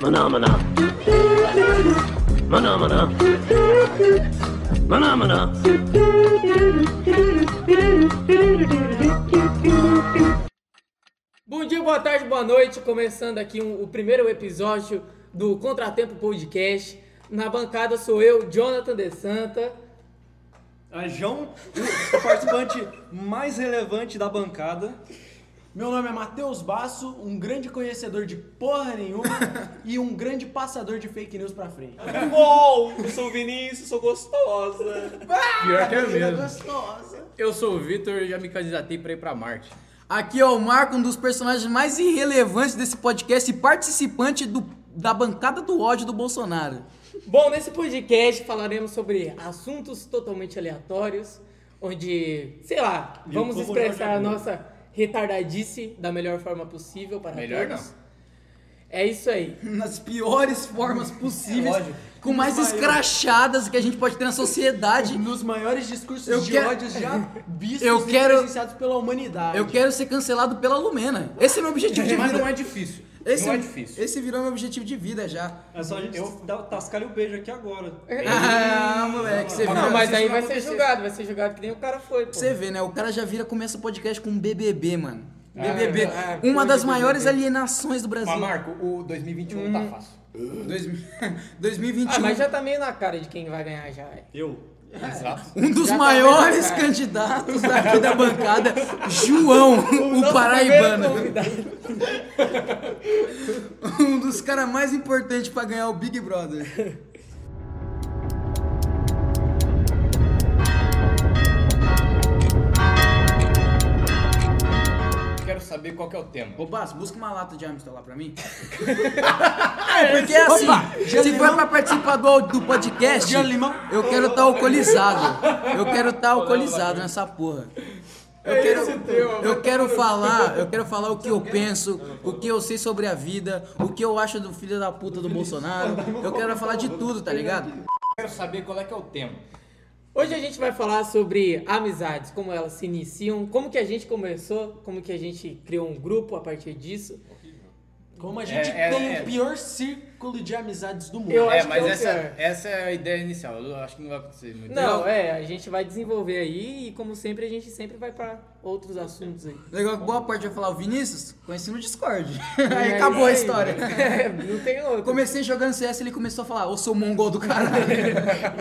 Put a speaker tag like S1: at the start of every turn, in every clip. S1: Maná, maná. Maná, maná. Maná, maná.
S2: Bom dia, boa tarde, boa noite. Começando aqui um- o primeiro episódio do Contratempo Podcast. Na bancada sou eu, Jonathan De Santa.
S3: A Ah, João, o participante mais relevante da bancada.
S4: Meu nome é Matheus Basso, um grande conhecedor de porra nenhuma e um grande passador de fake news pra frente.
S5: Uou, eu sou o Vinícius, sou gostosa.
S6: Pior que é mesmo.
S4: Ah, gostosa.
S7: Eu sou o Vitor e já me candidatei pra ir pra Marte.
S8: Aqui é o Marco, um dos personagens mais irrelevantes desse podcast e participante do- da bancada do ódio do Bolsonaro.
S2: Bom, nesse podcast falaremos sobre assuntos totalmente aleatórios, onde, sei lá,
S3: E
S2: vamos
S3: o povo não
S2: expressar a
S3: ajudou.
S2: nossa retardadice da melhor forma possível para
S7: Melhor
S2: todos. É isso aí.
S8: Nas piores formas possíveis,
S4: É ódio.
S8: com mais escrachadas que a gente pode ter na sociedade.
S4: Nos maiores discursos
S8: Eu
S4: de
S8: quero-
S4: ódios já vistos
S8: Eu quero-
S4: e presenciados pela humanidade.
S8: Eu quero ser cancelado pela Lumena. Esse é meu objetivo de
S7: Mas não
S8: vida.
S7: é difícil.
S8: Esse,
S7: não é difícil.
S8: esse virou meu objetivo de vida já.
S3: É só a gente dar- tascar-lhe o beijo aqui agora.
S8: Ah, moleque, você
S2: Não,
S8: vira.
S2: mas aí vai ser julgado, vai ser julgado que nem o cara foi, pô.
S8: Você vê, né? O cara já vira, começa o podcast com um BBB, mano. BBB,
S7: ah,
S8: uma
S7: coisa
S8: das
S7: do
S8: maiores
S7: BBB.
S8: alienações do Brasil. Hum.
S7: Mas Marco, o 2021 tá fácil.
S8: Dois mil- 2021.
S2: Ah, mas já tá meio na cara de quem vai ganhar já. é.
S3: Eu.
S7: Exato.
S8: Um dos
S2: Já tá
S8: maiores
S2: vendo, cara.
S8: candidatos aqui da bancada, João, o,
S2: Então,
S8: paraibano. Um dos caras mais importantes pra ganhar o Big Brother.
S7: Quero saber qual que é o tema.
S8: Ô, Basso, busca uma lata de Amstel lá pra mim. é, porque é assim, se for pra participar do, do podcast, eu quero estar alcoolizado. Eu quero estar alcoolizado nessa porra. Eu quero, eu quero falar, eu quero falar o que eu penso, o que eu sei sobre a vida, o que eu acho do filho da puta do Bolsonaro. Eu quero falar de tudo, tá ligado?
S7: Quero saber qual é que é o tema.
S2: Hoje a gente vai falar sobre amizades, como elas se iniciam, como que a gente começou, como que a gente criou um grupo a partir disso.
S4: Como a gente
S7: É, é,
S4: tem
S7: é.
S4: o pior círculo de amizades do mundo.
S2: Eu
S7: é,
S2: acho
S7: mas
S2: que é o
S7: essa,
S2: pior.
S7: essa é a ideia inicial. Eu acho que não vai acontecer muito.
S2: Não, é, a gente vai desenvolver aí e como sempre a gente sempre vai pra outros assuntos aí.
S8: Legal que boa parte vai falar, o Vinícius, conheci no Discord.
S2: É,
S8: Aí acabou a
S2: é,
S8: história.
S2: é, não tem
S8: Eu
S2: outro.
S8: comecei jogando CS, ele começou a falar, eu sou mongol do caralho.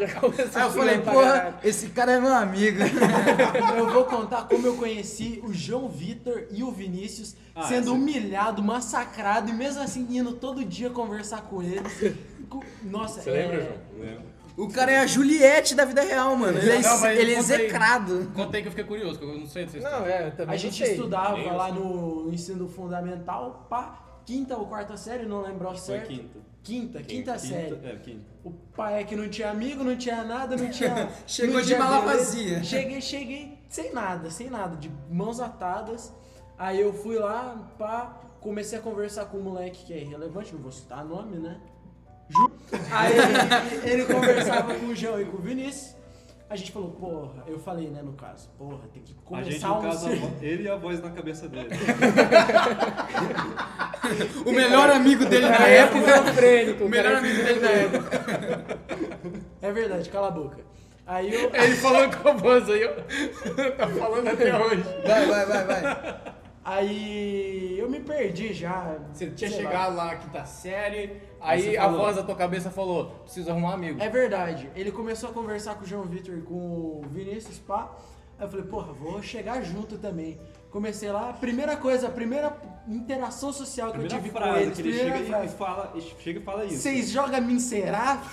S2: Já começou
S8: Aí eu
S2: a
S8: falei,
S2: chorar pra
S8: porra,
S2: caralho.
S8: esse cara é meu amigo.
S4: É, Eu vou contar como eu conheci o João Vitor e o Vinícius
S7: Ah, é
S4: sendo humilhado, massacrado e mesmo assim indo todo dia conversar com eles. Co- Nossa, é, Você lembra, João?
S8: O cara é a Juliette da vida real, mano. Ele é,
S7: Não, mas
S8: ele é
S7: conta aí.
S8: execrado.
S7: Contei que eu fiquei curioso, que eu não sei dessa
S2: Não,
S7: história.
S2: é, eu também
S4: A
S2: não
S4: gente
S2: sei.
S4: estudava
S5: Nem eu
S4: lá no no ensino fundamental, pá, quinta ou quarta série, não lembro ao
S3: Foi
S4: certo.
S3: quinta.
S4: Quinta, quinta série.
S3: É, quinta.
S4: O pai é que não tinha amigo, não tinha nada, não tinha.
S8: Chegou
S4: não
S8: de
S4: tinha
S8: mala
S4: beleza.
S8: vazia.
S4: Cheguei, cheguei sem nada, sem nada, de mãos atadas. Aí eu fui lá, pá, comecei a conversar com um moleque que é irrelevante, não vou citar nome, né? Ju. Aí ele conversava com o João e com o Vinícius. A gente falou, porra, eu falei, né, no caso, porra, tem que
S3: A gente,
S4: começar
S3: no
S4: um.
S3: caso, é a
S4: cir-
S3: vo- ele e a voz na cabeça dele.
S8: O melhor amigo dele na
S2: É
S8: época.
S2: esquizofrênico,
S8: O
S2: o cara
S8: melhor
S2: é
S8: amigo dele na época.
S4: É verdade, cala a boca. Aí eu.
S3: É.
S7: Ele falou com a voz aí, ó. tá falando até hoje.
S8: Vai, vai, vai, vai.
S4: Aí eu me perdi já.
S7: Você tinha
S4: sei lá.
S7: chegado lá na quinta série, aí
S4: você
S7: a
S4: falou.
S7: voz da tua cabeça falou, preciso arrumar um amigo.
S4: É verdade. Ele começou a conversar com o João Vitor e com o Vinícius Pá. Aí eu falei, porra, vou chegar junto também. Comecei lá, a primeira coisa, a primeira interação social que eu
S3: Primeira
S4: tive com
S3: frase
S4: eles.
S3: que ele
S4: primeira
S3: chega e- e
S4: frase.
S3: fala, e chega e fala isso.
S4: Vocês jogam me encerar?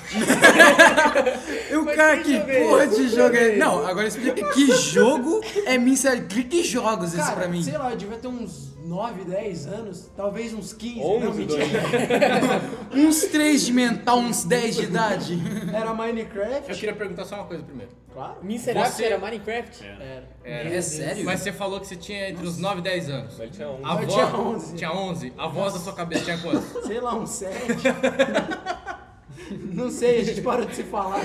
S8: E o cara, que porra de jogo é. Não, agora explica que jogo é Mister. Que jogos isso
S4: Cara,
S8: pra mim?
S4: sei lá, eu devia ter uns 9, 10 anos, talvez uns 15, não,
S5: 11,
S4: mentira.
S5: 12.
S8: Uns 3 de mental, uns 10 de idade.
S4: Era
S7: Eu
S4: Minecraft.
S7: queria perguntar só uma coisa primeiro.
S4: Claro.
S2: Me será
S7: Você-
S2: que era Minecraft?
S4: Era.
S8: É sério?
S7: Mas você falou que você tinha entre os 9 e 10 anos.
S5: Ele tinha um.
S7: A
S4: Eu
S7: voz,
S4: tinha 11.
S7: Tinha 11. A voz da sua cabeça tinha quanto?
S4: Sei lá, um uns 7. Não sei, a gente parou de se falar.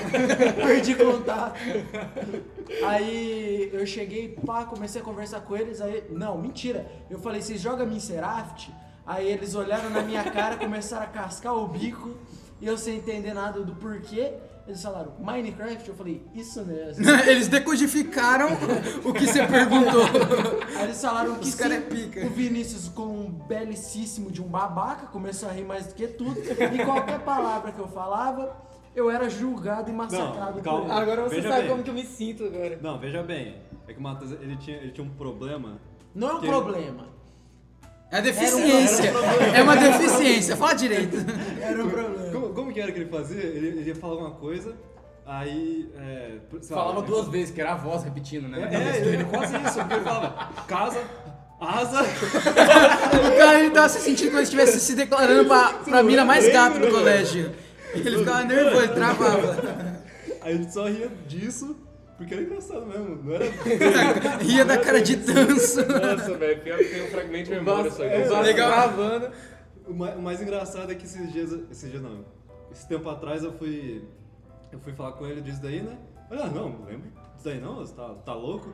S4: Perdi contato. Aí eu cheguei, pá, comecei a conversar com eles. Aí, não, mentira. Eu falei, vocês jogam Minecraft? Aí eles olharam na minha cara, começaram a cascar o bico, e eu sem entender nada do porquê. Eles falaram, Minecraft? Eu falei, isso mesmo.
S8: Eles decodificaram o que você perguntou.
S4: Aí eles falaram que
S8: Os cara
S4: sim,
S8: é pica.
S4: o Vinícius, com um belicíssimo de um babaca, começou a rir mais do que tudo. E qualquer palavra que eu falava, eu era julgado e massacrado
S3: Não, calma.
S4: por ele.
S2: Agora você
S3: Veja
S2: sabe
S3: bem.
S2: como que eu me sinto agora.
S3: Não, veja bem. É que o Matheus, ele tinha, ele tinha um problema.
S4: Não é um
S3: Que-
S4: problema. um
S8: É deficiência. É uma deficiência. Fala direito.
S4: Era um problema.
S3: Como, como que era que ele fazia? Ele, ele ia falar alguma coisa, aí... É, sei lá,
S7: Falava
S3: ele-
S7: duas vezes, que era a voz repetindo, né?
S3: É, ele quase isso, porque ele falava casa, asa...
S8: O cara ele tava se sentindo como se estivesse se declarando pra, pra mina mais gata do colégio. Ele ficava nervoso, ele travava.
S3: Aí ele só ria disso, porque era engraçado mesmo, não era...
S8: Ria da cara de dança.
S5: Nossa, velho, pior que tem um fragmento de memória só
S2: Eu
S5: aqui.
S2: tava
S8: legal.
S2: travando.
S3: O mais, o mais engraçado é que esses dias. Esses dias não. Esse tempo atrás eu fui. Eu fui falar com ele disso daí, né? Ele, ah, não, não lembro disso daí não, você tá, tá louco?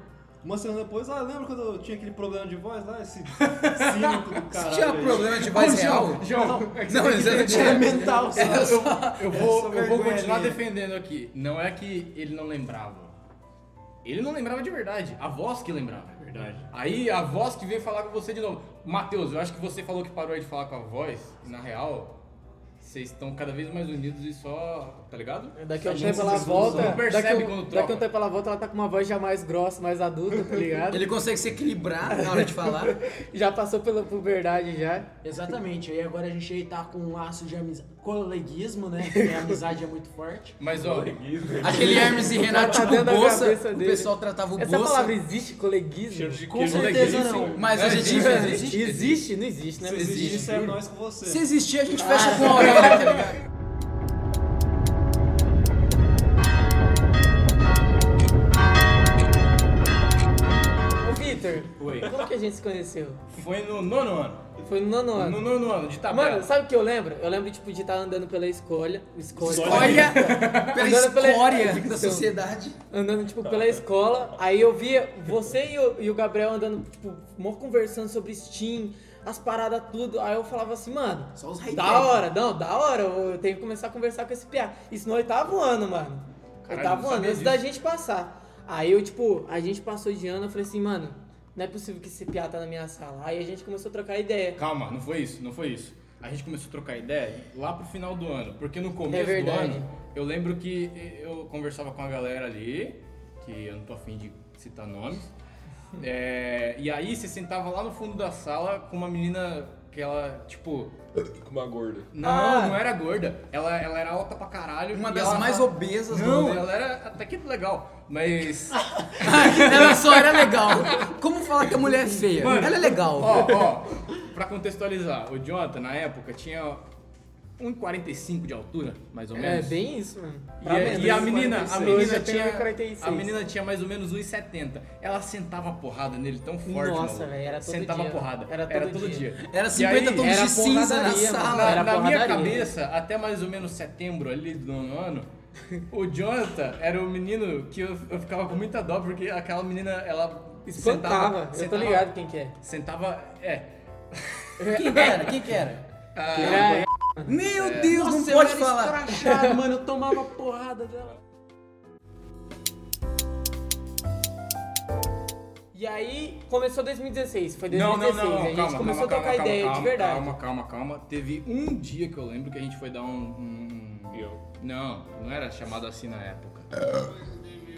S3: Uma semana depois, ah, lembra quando eu tinha aquele problema de voz lá? Esse cínico do caralho.
S8: Tinha
S3: aí.
S8: problema de voz real?
S7: João,
S8: Não, eles eram
S4: É mental, sabe?
S7: eu vou, eu vou
S4: vergonha
S7: continuar
S4: alheia.
S7: defendendo aqui. Não é que ele não lembrava. Ele não lembrava de verdade. A voz que lembrava.
S3: Verdade.
S7: Aí a voz que veio falar com você de novo. Matheus, eu acho que você falou que parou aí de falar com a voz. E na real, vocês estão cada vez mais unidos e só. Tá ligado?
S2: Daqui a um
S7: gente
S2: tempo ela
S7: se
S2: volta.
S7: não percebe
S2: Daqui a um-
S7: quando troca.
S2: daqui a um tempo ela volta, ela tá com uma voz já mais grossa, mais adulta, tá ligado?
S8: Ele consegue se equilibrar na hora de falar.
S2: Já passou pela puberdade já.
S4: Exatamente, aí agora a gente aí tá com um laço de amizade. Coleguismo, né? Porque a amizade é muito forte.
S7: Mas ó,
S8: Aquele Hermes e Renato
S2: Tá
S8: tipo
S2: dentro da
S8: bolsa,
S2: cabeça
S8: o
S2: dele.
S8: pessoal tratava o
S2: Essa é
S8: bolsa.
S2: palavra existe, coleguismo?
S5: Cheiro de
S4: Com
S5: queijo
S4: certeza
S5: leguinho,
S4: não.
S8: Mas hoje em dia não existe.
S2: Existe? Existe? Não existe, né?
S3: Se existe, isso é nós com você.
S8: Se existir, a gente fecha com a hora, tá ligado?
S2: Ô, Vitor,
S7: Oi.
S2: como que a gente se conheceu?
S7: foi no nono ano.
S2: Foi no nono ano.
S7: No nono ano, de tabela.
S2: Mano, sabe o que eu lembro? Eu lembro, tipo, de estar andando pela escolha. Escolha.
S8: Olha pela
S2: Andando pela É, então,
S8: escória
S2: ficção.
S8: da sociedade.
S2: Andando, tipo,
S7: Tá,
S2: pela escola. Aí eu via você e o, e o Gabriel andando, tipo, mó conversando sobre Steam, as paradas, tudo. Aí eu falava assim, mano,
S8: Só os high-tech.
S2: da hora, não, da hora. Eu eu tenho que começar a conversar com esse piá. Isso no oitavo ano, mano.
S7: Caralho,
S2: oitavo
S7: não
S2: ano,
S7: sabia
S2: antes da gente passar. Aí eu, tipo, a gente passou de ano, eu falei assim, mano, não é possível que esse piá tá na minha sala. Aí a gente começou a trocar ideia.
S7: Calma, não foi isso, não foi isso. A gente começou a trocar ideia lá pro final do ano, porque no
S2: É
S7: começo do
S2: verdade.
S7: ano eu lembro que eu conversava com a galera ali, que eu não tô afim de citar nomes. É, e aí você sentava lá no fundo da sala com uma menina que ela, tipo.
S5: Com uma gorda.
S7: Não,
S2: Ah.
S7: não era gorda. Ela, ela era alta pra caralho.
S8: Uma
S7: e
S8: das
S7: ela-
S8: mais obesas do
S7: Não,
S8: mundo. Ah,
S7: ela era até que legal, mas.
S8: Ela só era legal. Como falar que a mulher é feia?
S7: Mano,
S8: ela é legal.
S7: Ó, ó, pra contextualizar, o Jonathan na época tinha 1,45 de altura, mais ou
S2: É
S7: menos.
S2: bem isso, mano. Tá
S7: E, a- e a menina, a menina
S2: Eu tenho
S7: tinha
S2: 1,46.
S7: a menina tinha mais ou menos 1,70. Ela sentava a porrada nele tão forte,
S2: Nossa,
S7: maluco.
S2: velho, era todo
S7: sentava
S2: dia.
S7: a porrada.
S2: Era todo dia.
S8: Era
S7: E
S8: 50
S7: aí,
S8: tons
S2: era
S8: de cinza na
S2: porradaria, mano.
S8: sala.
S7: Na,
S2: Era
S7: na minha
S2: porradaria.
S7: cabeça, até mais ou menos setembro ali do nono ano, o Jonathan era o menino que eu, eu ficava com muita dó, porque aquela menina, ela
S2: Espantava,
S7: sentava,
S2: eu tô
S7: sentava-
S2: ligado quem que é.
S7: Sentava, é,
S8: Quem que era? Quem que era?
S2: Era-
S8: Meu Deus,
S4: Nossa,
S8: não
S4: eu
S8: pode
S4: era
S8: falar.
S4: escrachado, mano. Eu tomava porrada dela.
S2: E aí começou 2016, foi
S7: Não, não,
S2: 2016.
S7: não, não,
S2: a gente
S7: calma,
S2: começou a
S7: calma,
S2: trocar
S7: calma,
S2: ideia
S7: calma,
S2: de verdade.
S7: Calma, calma, calma. Teve um dia que eu lembro que a gente foi dar um. um- um-
S5: E eu.
S7: Não, não era chamado assim na época.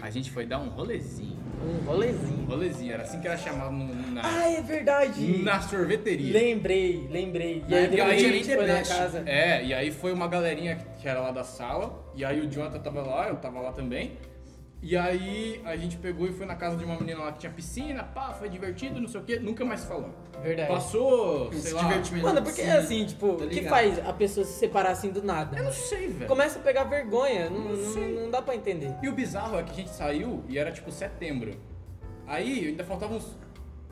S7: A gente foi dar um rolezinho.
S2: Um
S7: Um
S2: rolezinho.
S7: rolezinho, era assim que era chamado no- na,
S2: Ah, é verdade.
S7: na sorveteria.
S2: Lembrei, lembrei. E
S7: Na
S2: aí
S7: época
S2: depois a
S7: eu tinha
S2: gente
S8: nem
S2: foi na
S8: internet.
S2: casa.
S7: É, e aí foi uma galerinha que era lá da sala, e aí o Jonathan tava lá, eu tava lá também. E aí a gente pegou e foi na casa de uma menina lá que tinha piscina, pá, foi divertido, não sei o quê, nunca mais falou.
S2: Verdade.
S7: Passou, sei
S8: Esse
S7: lá.
S8: divertimento.
S2: Mano, porque
S8: Sim.
S2: assim, tipo, o que
S8: ligado.
S2: faz a pessoa se separar assim do nada?
S7: tá Eu não sei, velho.
S2: Começa a pegar vergonha, não, não-
S7: sei.
S2: não dá pra entender.
S7: E o bizarro é que a gente saiu e era tipo setembro. Aí ainda faltavam uns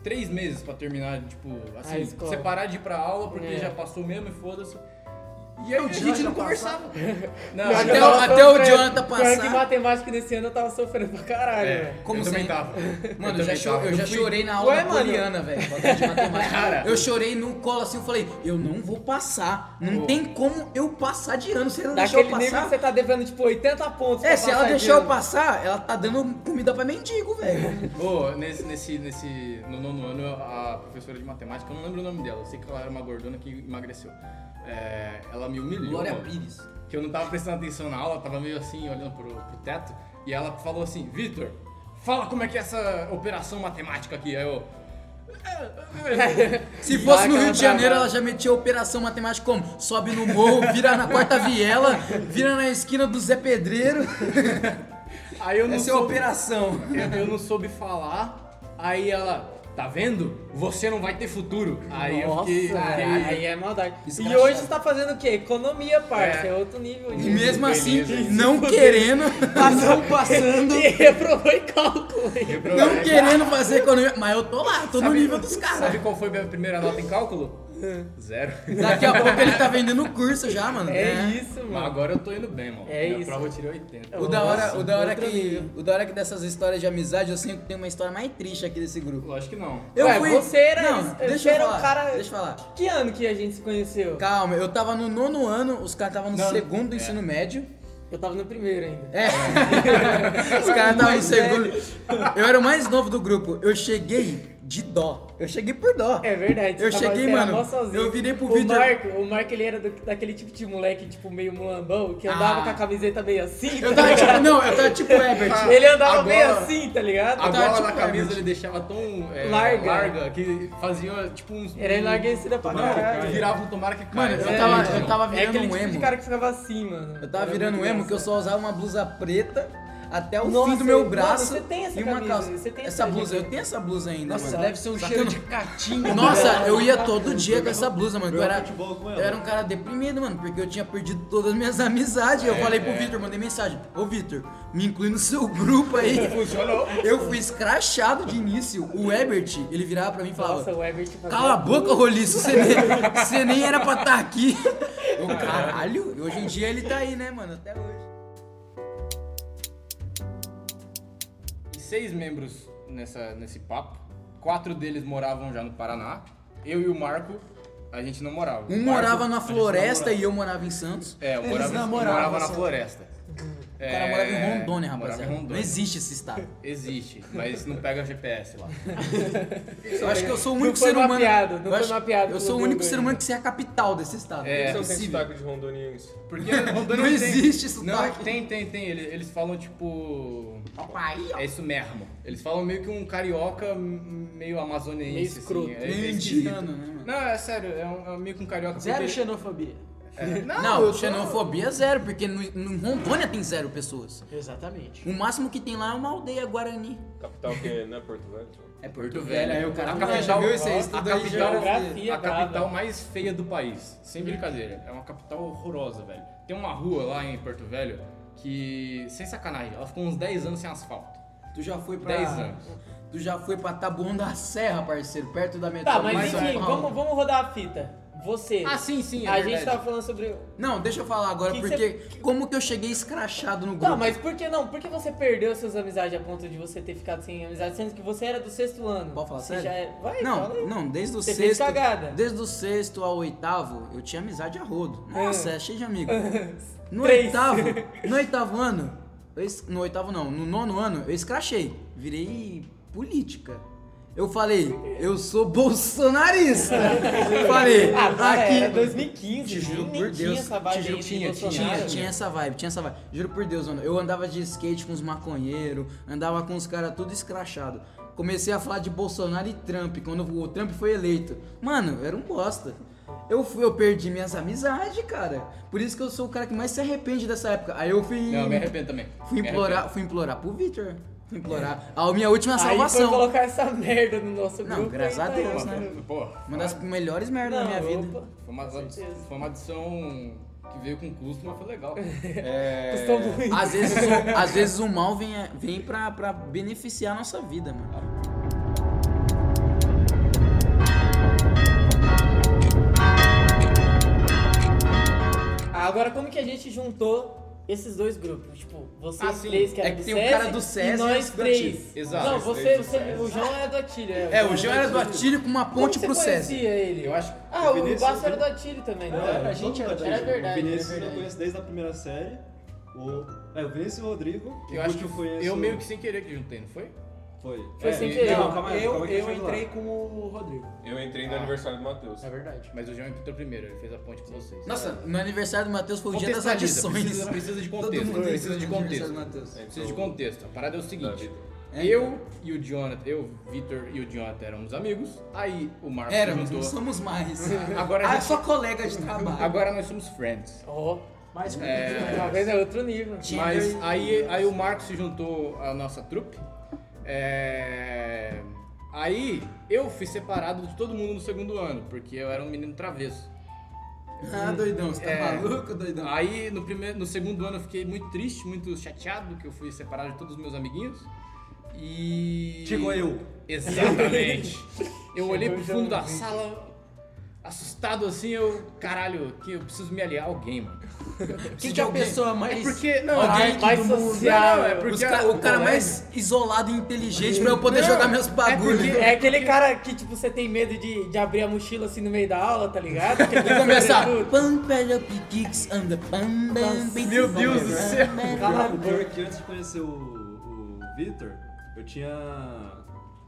S7: três meses pra terminar, tipo,
S2: A
S7: assim,
S2: escola.
S7: separar de ir pra aula, porque
S2: É.
S7: já passou mesmo e foda-se. E aí a gente não conversava. Não,
S8: Até,
S7: eu-
S8: o- até o Jonathan
S2: Pior que
S8: passar.
S2: matemática nesse ano eu tava sofrendo pra caralho, velho.
S8: Como
S7: eu também tá.
S8: sempre.
S7: tava.
S8: Mano, eu, já,
S7: Eu também
S8: cho-
S7: tava.
S8: eu
S7: Eu
S8: já
S7: fui-
S8: chorei na aula
S2: Ué,
S8: da
S2: mano,
S8: Poliana, velho. bagulho de matemática.
S7: Cara.
S8: Eu chorei no colo assim, eu falei, eu não vou passar. Não tem como eu passar de ano se ela deixou
S2: Daquele
S8: eu
S2: nível que
S8: passar.
S2: você tá devendo, tipo, 80 pontos
S8: É,
S2: pra
S8: se ela
S2: passar
S8: deixou
S2: de
S8: eu
S2: ano.
S8: passar, ela tá dando comida pra mendigo, velho.
S7: Ô, nesse, nesse, nesse, no nono ano, a professora de matemática, eu não lembro o nome dela, eu sei que ela era uma gordona que emagreceu. É, ela me humilhou.
S8: Glória
S7: mano,
S8: Pires.
S7: Que eu não tava prestando atenção na aula, tava meio assim, olhando pro, pro teto. E ela falou assim: Vitor, fala como é que é essa operação matemática aqui. Aí eu.
S8: Se
S2: E
S8: fosse
S2: vai
S8: no
S2: que
S8: Rio
S2: ela
S8: de Janeiro,
S2: trabalha.
S8: ela já metia operação matemática como? Sobe no morro, vira na quarta viela, vira na esquina do Zé Pedreiro.
S7: Aí eu não
S8: Essa é a
S7: soube-
S8: operação.
S7: Eu, eu não soube falar, aí ela, tá vendo? Você não vai ter futuro. Aí eu fiquei.
S2: Nossa,
S7: fiquei-
S2: aí- aí é maldade. E
S8: Escrachado.
S2: hoje você tá fazendo o quê? Economia, parça. É,
S7: É.
S2: outro nível.
S8: E
S2: de-
S8: mesmo assim,
S7: Beleza.
S8: não querendo,
S4: Não passando.
S2: E reprovou em cálculo. hein?
S8: não querendo fazer economia. Mas eu tô lá, tô no nível dos caras. É.
S7: Sabe qual foi minha primeira nota em cálculo? Zero.
S8: Daqui a pouco ele tá vendendo o curso já, mano.
S2: É
S8: né?
S2: isso,
S7: Mas
S2: mano.
S7: agora eu tô indo bem, mano.
S2: É
S7: minha
S2: isso.
S7: prova eu tirei 80.
S8: É O da hora, o da hora
S2: outro
S8: que,
S2: nível.
S8: o da hora é que dessas histórias de amizade, eu sinto que tem uma história mais triste aqui desse grupo.
S7: Lógico que não.
S8: Eu
S2: Ué,
S8: fui-
S2: você era-
S8: não,
S2: você
S8: deixa eu
S2: era um
S8: falar,
S2: cara-
S8: Deixa eu falar.
S2: Que ano que a gente se conheceu?
S8: Calma, eu tava no nono ano, os caras estavam no
S7: Não,
S8: segundo do
S7: é.
S8: ensino médio.
S2: Eu tava no primeiro ainda.
S8: É. os caras estavam no
S2: é.
S8: segundo. Eu era o mais novo do grupo. Eu cheguei de dó. Eu cheguei por dó.
S2: É verdade.
S8: Eu
S2: você tava-
S8: cheguei,
S2: você era
S8: mano,
S2: mó sozinho.
S8: eu virei pro
S2: o
S8: Vitor-
S2: Marco, o Marco, ele era do- daquele tipo de moleque, tipo, meio mulambão, que andava
S8: Ah.
S2: com a camiseta meio assim. tá
S8: Eu tava
S2: ligado?
S8: tipo, não, eu tava tipo Herbert.
S2: Ele andava
S7: Agora-
S2: meio assim, tá ligado?
S7: A
S8: tava
S7: bola
S8: tipo
S7: da camisa
S8: Herbert.
S7: ele deixava tão é,
S2: Larga.
S7: que fazia tipo uns.
S2: Era enlarguecida pra caralho.
S7: Não, virava um tomara que caia.
S8: Mano, eu
S2: É,
S8: tava,
S2: gente,
S8: eu tava
S2: É
S8: virando
S2: aquele
S8: um
S2: tipo de
S8: emo.
S2: cara que ficava assim, mano.
S8: Eu tava
S2: Era
S8: virando um
S2: muito
S8: emo que eu só usava uma blusa preta até o
S2: Nossa,
S8: fim do meu
S2: mano,
S8: braço
S2: você tem essa
S8: e uma
S2: camisa,
S8: calça.
S2: você tem
S8: essa
S2: essa
S8: blusa,
S2: camisa.
S8: eu tenho essa blusa ainda.
S4: Nossa,
S8: mano.
S4: deve ser um cheiro de catinho.
S8: Nossa, eu ia todo dia com essa blusa, mano. que Eu
S3: Jogar
S8: era,
S3: futebol com ela.
S8: eu era um cara deprimido, mano, porque eu tinha perdido todas as minhas amizades. Eu falei pro Vitor, mandei mensagem. Ô, Vitor, me inclui no seu grupo aí. Funcionou. Eu fui escrachado de início. O Ebert, ele virava pra mim e falava...
S2: Nossa, o Ebert fazia-
S8: Cala a boca, roliço, você nem, você nem era pra estar aqui. Eu, caralho, e hoje em dia ele tá aí, né, mano, até hoje.
S7: E seis membros nessa, nesse papo. Quatro deles moravam já no Paraná. Eu e o Marco, a gente não morava. O
S8: Um
S7: Marco-
S8: morava na floresta e eu morava em Santos.
S7: É, eu
S4: Eles
S7: morava,
S4: namoravam,
S7: morava na
S4: só.
S7: floresta. É,
S8: O cara É, morava em Rondônia,
S7: Morava
S8: rapaziada.
S7: em
S8: Não
S7: Rondônia.
S8: existe esse estado.
S7: Existe, mas não pega GPS lá.
S8: Eu acho que eu sou o
S2: Não
S8: único
S2: foi
S8: ser humano.
S2: mapeado, não
S8: eu
S2: foi
S8: acho-
S2: mapeado
S8: Eu
S2: pelo
S8: sou o único
S2: Google
S8: ser humano que sei a capital desse estado.
S7: É,
S8: não
S5: Não
S8: é
S5: tem
S8: possível.
S5: sotaque de rondoniense.
S7: Porque Rondônia
S8: Não
S7: tem-
S8: existe
S7: Não,
S8: sotaque.
S7: tem, tem, tem. Eles, eles falam tipo. É isso mesmo. Eles falam meio que um carioca m- meio amazonense.
S2: Meio escroto.
S7: assim, é- é
S8: Meio
S7: esquisito.
S8: indiano, né, mano?
S7: Não, é sério, é, um, é meio que um carioca.
S4: Zero
S7: porque-
S4: xenofobia.
S7: é, Não,
S8: Não,
S7: eu tô-
S8: xenofobia é zero, porque no, em Rondônia tem zero pessoas.
S4: Exatamente.
S8: O máximo que tem lá é uma aldeia Guarani.
S5: Capital que é, não é Porto Velho?
S8: É
S7: Porto Velho.
S8: aí o cara
S7: A
S8: manja,
S7: capital-
S8: viu? Esse aí
S7: a
S8: estuda aí
S7: capital-
S8: geografia.
S2: Ih, é
S7: a
S2: brava.
S7: capital mais feia do país. Sem brincadeira. É uma capital horrorosa, velho. Tem uma rua lá em Porto Velho que, sem sacanagem, ela ficou uns 10 anos sem asfalto.
S8: Tu já foi pra.
S7: 10 anos.
S8: Tu já foi pra Taboão da Serra, parceiro, perto da
S2: Tá,
S8: metrópole.
S2: mas
S8: de São
S2: enfim,
S8: Paulo.
S2: vamos, vamos rodar a fita. Você.
S7: Ah, sim, sim. É
S2: a
S7: verdade.
S2: gente tava falando sobre.
S8: Não, deixa eu falar agora,
S2: Que que
S8: porque como que eu cheguei escrachado no grupo?
S2: Tá, mas por que não? Por que você perdeu suas amizades a ponto de você ter ficado sem amizade, sendo que você era do sexto ano?
S8: Pode falar
S2: você
S8: sério?
S2: Já é... Vai,
S8: não,
S2: fala aí.
S8: não, desde o
S2: Você fez
S8: sexto.
S2: cagada.
S8: Desde o sexto ao oitavo, eu tinha amizade a rodo. Nossa, é cheio de amigo. No
S2: Três.
S8: oitavo, no oitavo ano, eu es- no oitavo não, no nono ano, eu escrachei. Virei política. Eu falei, eu sou bolsonarista. falei,
S2: Ah, para,
S8: aqui.
S2: era 2015,
S8: Te juro
S2: nem
S8: por
S2: tinha
S8: Deus.
S2: essa vibe
S8: Te juro,
S2: aí de
S7: tinha,
S2: Bolsonaro,
S8: Tinha,
S2: né?
S8: tinha essa vibe, tinha essa vibe. Juro por Deus, mano. Eu andava de skate com os maconheiros, andava com os caras tudo escrachado. Comecei a falar de Bolsonaro e Trump, quando o Trump foi eleito. Mano, eu era um bosta. Eu, fui, eu perdi minhas amizades, cara. Por isso que eu sou o cara que mais se arrepende dessa época. Aí eu fui.
S7: Não, eu me arrependo também.
S8: Fui
S7: Me
S8: implorar, fui implorar pro Victor. Fui implorar. A minha última
S2: Aí foi
S8: salvação.
S2: colocar essa merda no nosso
S8: Não,
S2: grupo. e
S8: graças a
S2: tá aí,
S8: Deus,
S2: mano.
S8: né?
S7: arrependo. Pô,
S8: Uma das melhores merdas da
S2: Não,
S8: minha vida.
S2: opa.
S7: Foi uma,
S2: certeza.
S7: foi uma adição que veio com custo, mas foi legal. É,
S2: Custou muito.
S8: Às vezes, o, às vezes o mal vem, vem pra, pra beneficiar a nossa vida, mano.
S2: Agora, como que a gente juntou esses dois grupos? Tipo, vocês
S7: Ah, sim.
S2: três que eram
S8: É que
S2: do
S8: tem o
S2: SESI
S8: cara do SESI
S2: e
S8: e
S2: nós
S8: esse do Atilho.
S2: três.
S7: Exato.
S2: Não,
S7: Nós
S2: você,
S7: três do
S2: você
S7: SESI.
S2: o João era do né? Atilho.
S8: É, o João era do Atilho com uma ponte pro
S2: César.
S8: César.
S2: ele?
S7: Eu acho que
S2: Ah, o
S3: Vinícius-
S2: Basso era do Atilho também, não
S4: É,
S2: era?
S4: a gente era
S3: todo mundo
S2: era
S3: tinha.
S2: verdade,
S3: O Vinícius
S2: era verdade.
S3: eu conheço desde a primeira série. O, é, o Vinícius e o Rodrigo. o
S7: eu, acho
S3: Guti
S7: que
S3: conheço-
S7: eu meio que sem querer que juntei, não foi?
S3: Foi.
S2: Foi assim,
S3: É,
S2: sem
S3: e-
S2: querer.
S3: Não, calma aí,
S4: eu,
S3: calma aí que
S4: eu
S3: chego lá.
S4: entrei com o Rodrigo.
S5: Eu entrei no aniversário do Matheus.
S4: É verdade.
S7: Mas o João entrou primeiro, ele fez a ponte com vocês.
S8: Nossa, no aniversário do Matheus foi o dia das
S7: Contextualiza,
S8: adições.
S7: Precisa, precisa de
S8: Todo
S7: contexto,
S8: mundo
S7: precisa de
S8: entrou no aniversário
S7: contexto. É,
S8: do Matheus.
S7: Precisa de contexto. A parada é o seguinte.
S8: É,
S7: eu e o Jonathan, eu, o Vitor e o Jonathan éramos amigos. Aí o Marcos
S8: Éramos, não
S7: juntou.
S8: somos mais.
S7: Agora a
S8: Ah,
S7: gente-
S8: só colega de trabalho.
S7: Agora nós somos friends.
S2: Ó,
S4: Mas com
S2: uma vez é outro nível.
S7: Mas aí, aí o Marcos se juntou à nossa trupe. É, Aí eu fui separado de todo mundo no segundo ano, porque eu era um menino travesso.
S8: Ah, doidão, você tá
S7: É.
S8: maluco, doidão?
S7: Aí no, primeiro, no segundo ano eu fiquei muito triste, muito chateado, que eu fui separado de todos os meus amiguinhos. E.
S3: Chegou tipo eu.
S7: Exatamente. eu olhei pro
S2: Chegou
S7: fundo da
S2: Joãozinho.
S7: sala, assustado assim, eu. Caralho, que eu preciso me aliar a alguém, mano.
S8: Quem que é a pessoa mais...
S7: Porque. Não,
S8: Alguém
S7: é-
S2: mais
S8: do mundo.
S2: social.
S7: Não, é porque
S8: Os ca- o cara mais isolado e inteligente pra eu poder jogar meus bagulhos.
S7: porque-
S2: É aquele cara que, tipo, você tem medo de, de abrir a mochila assim no meio da aula, tá ligado?
S8: E começar. Pam, pera, piquix, anda, pam, pam,
S7: Meu Deus do céu.
S3: Cara, o pior é que antes de conhecer o, o Vitor, eu tinha.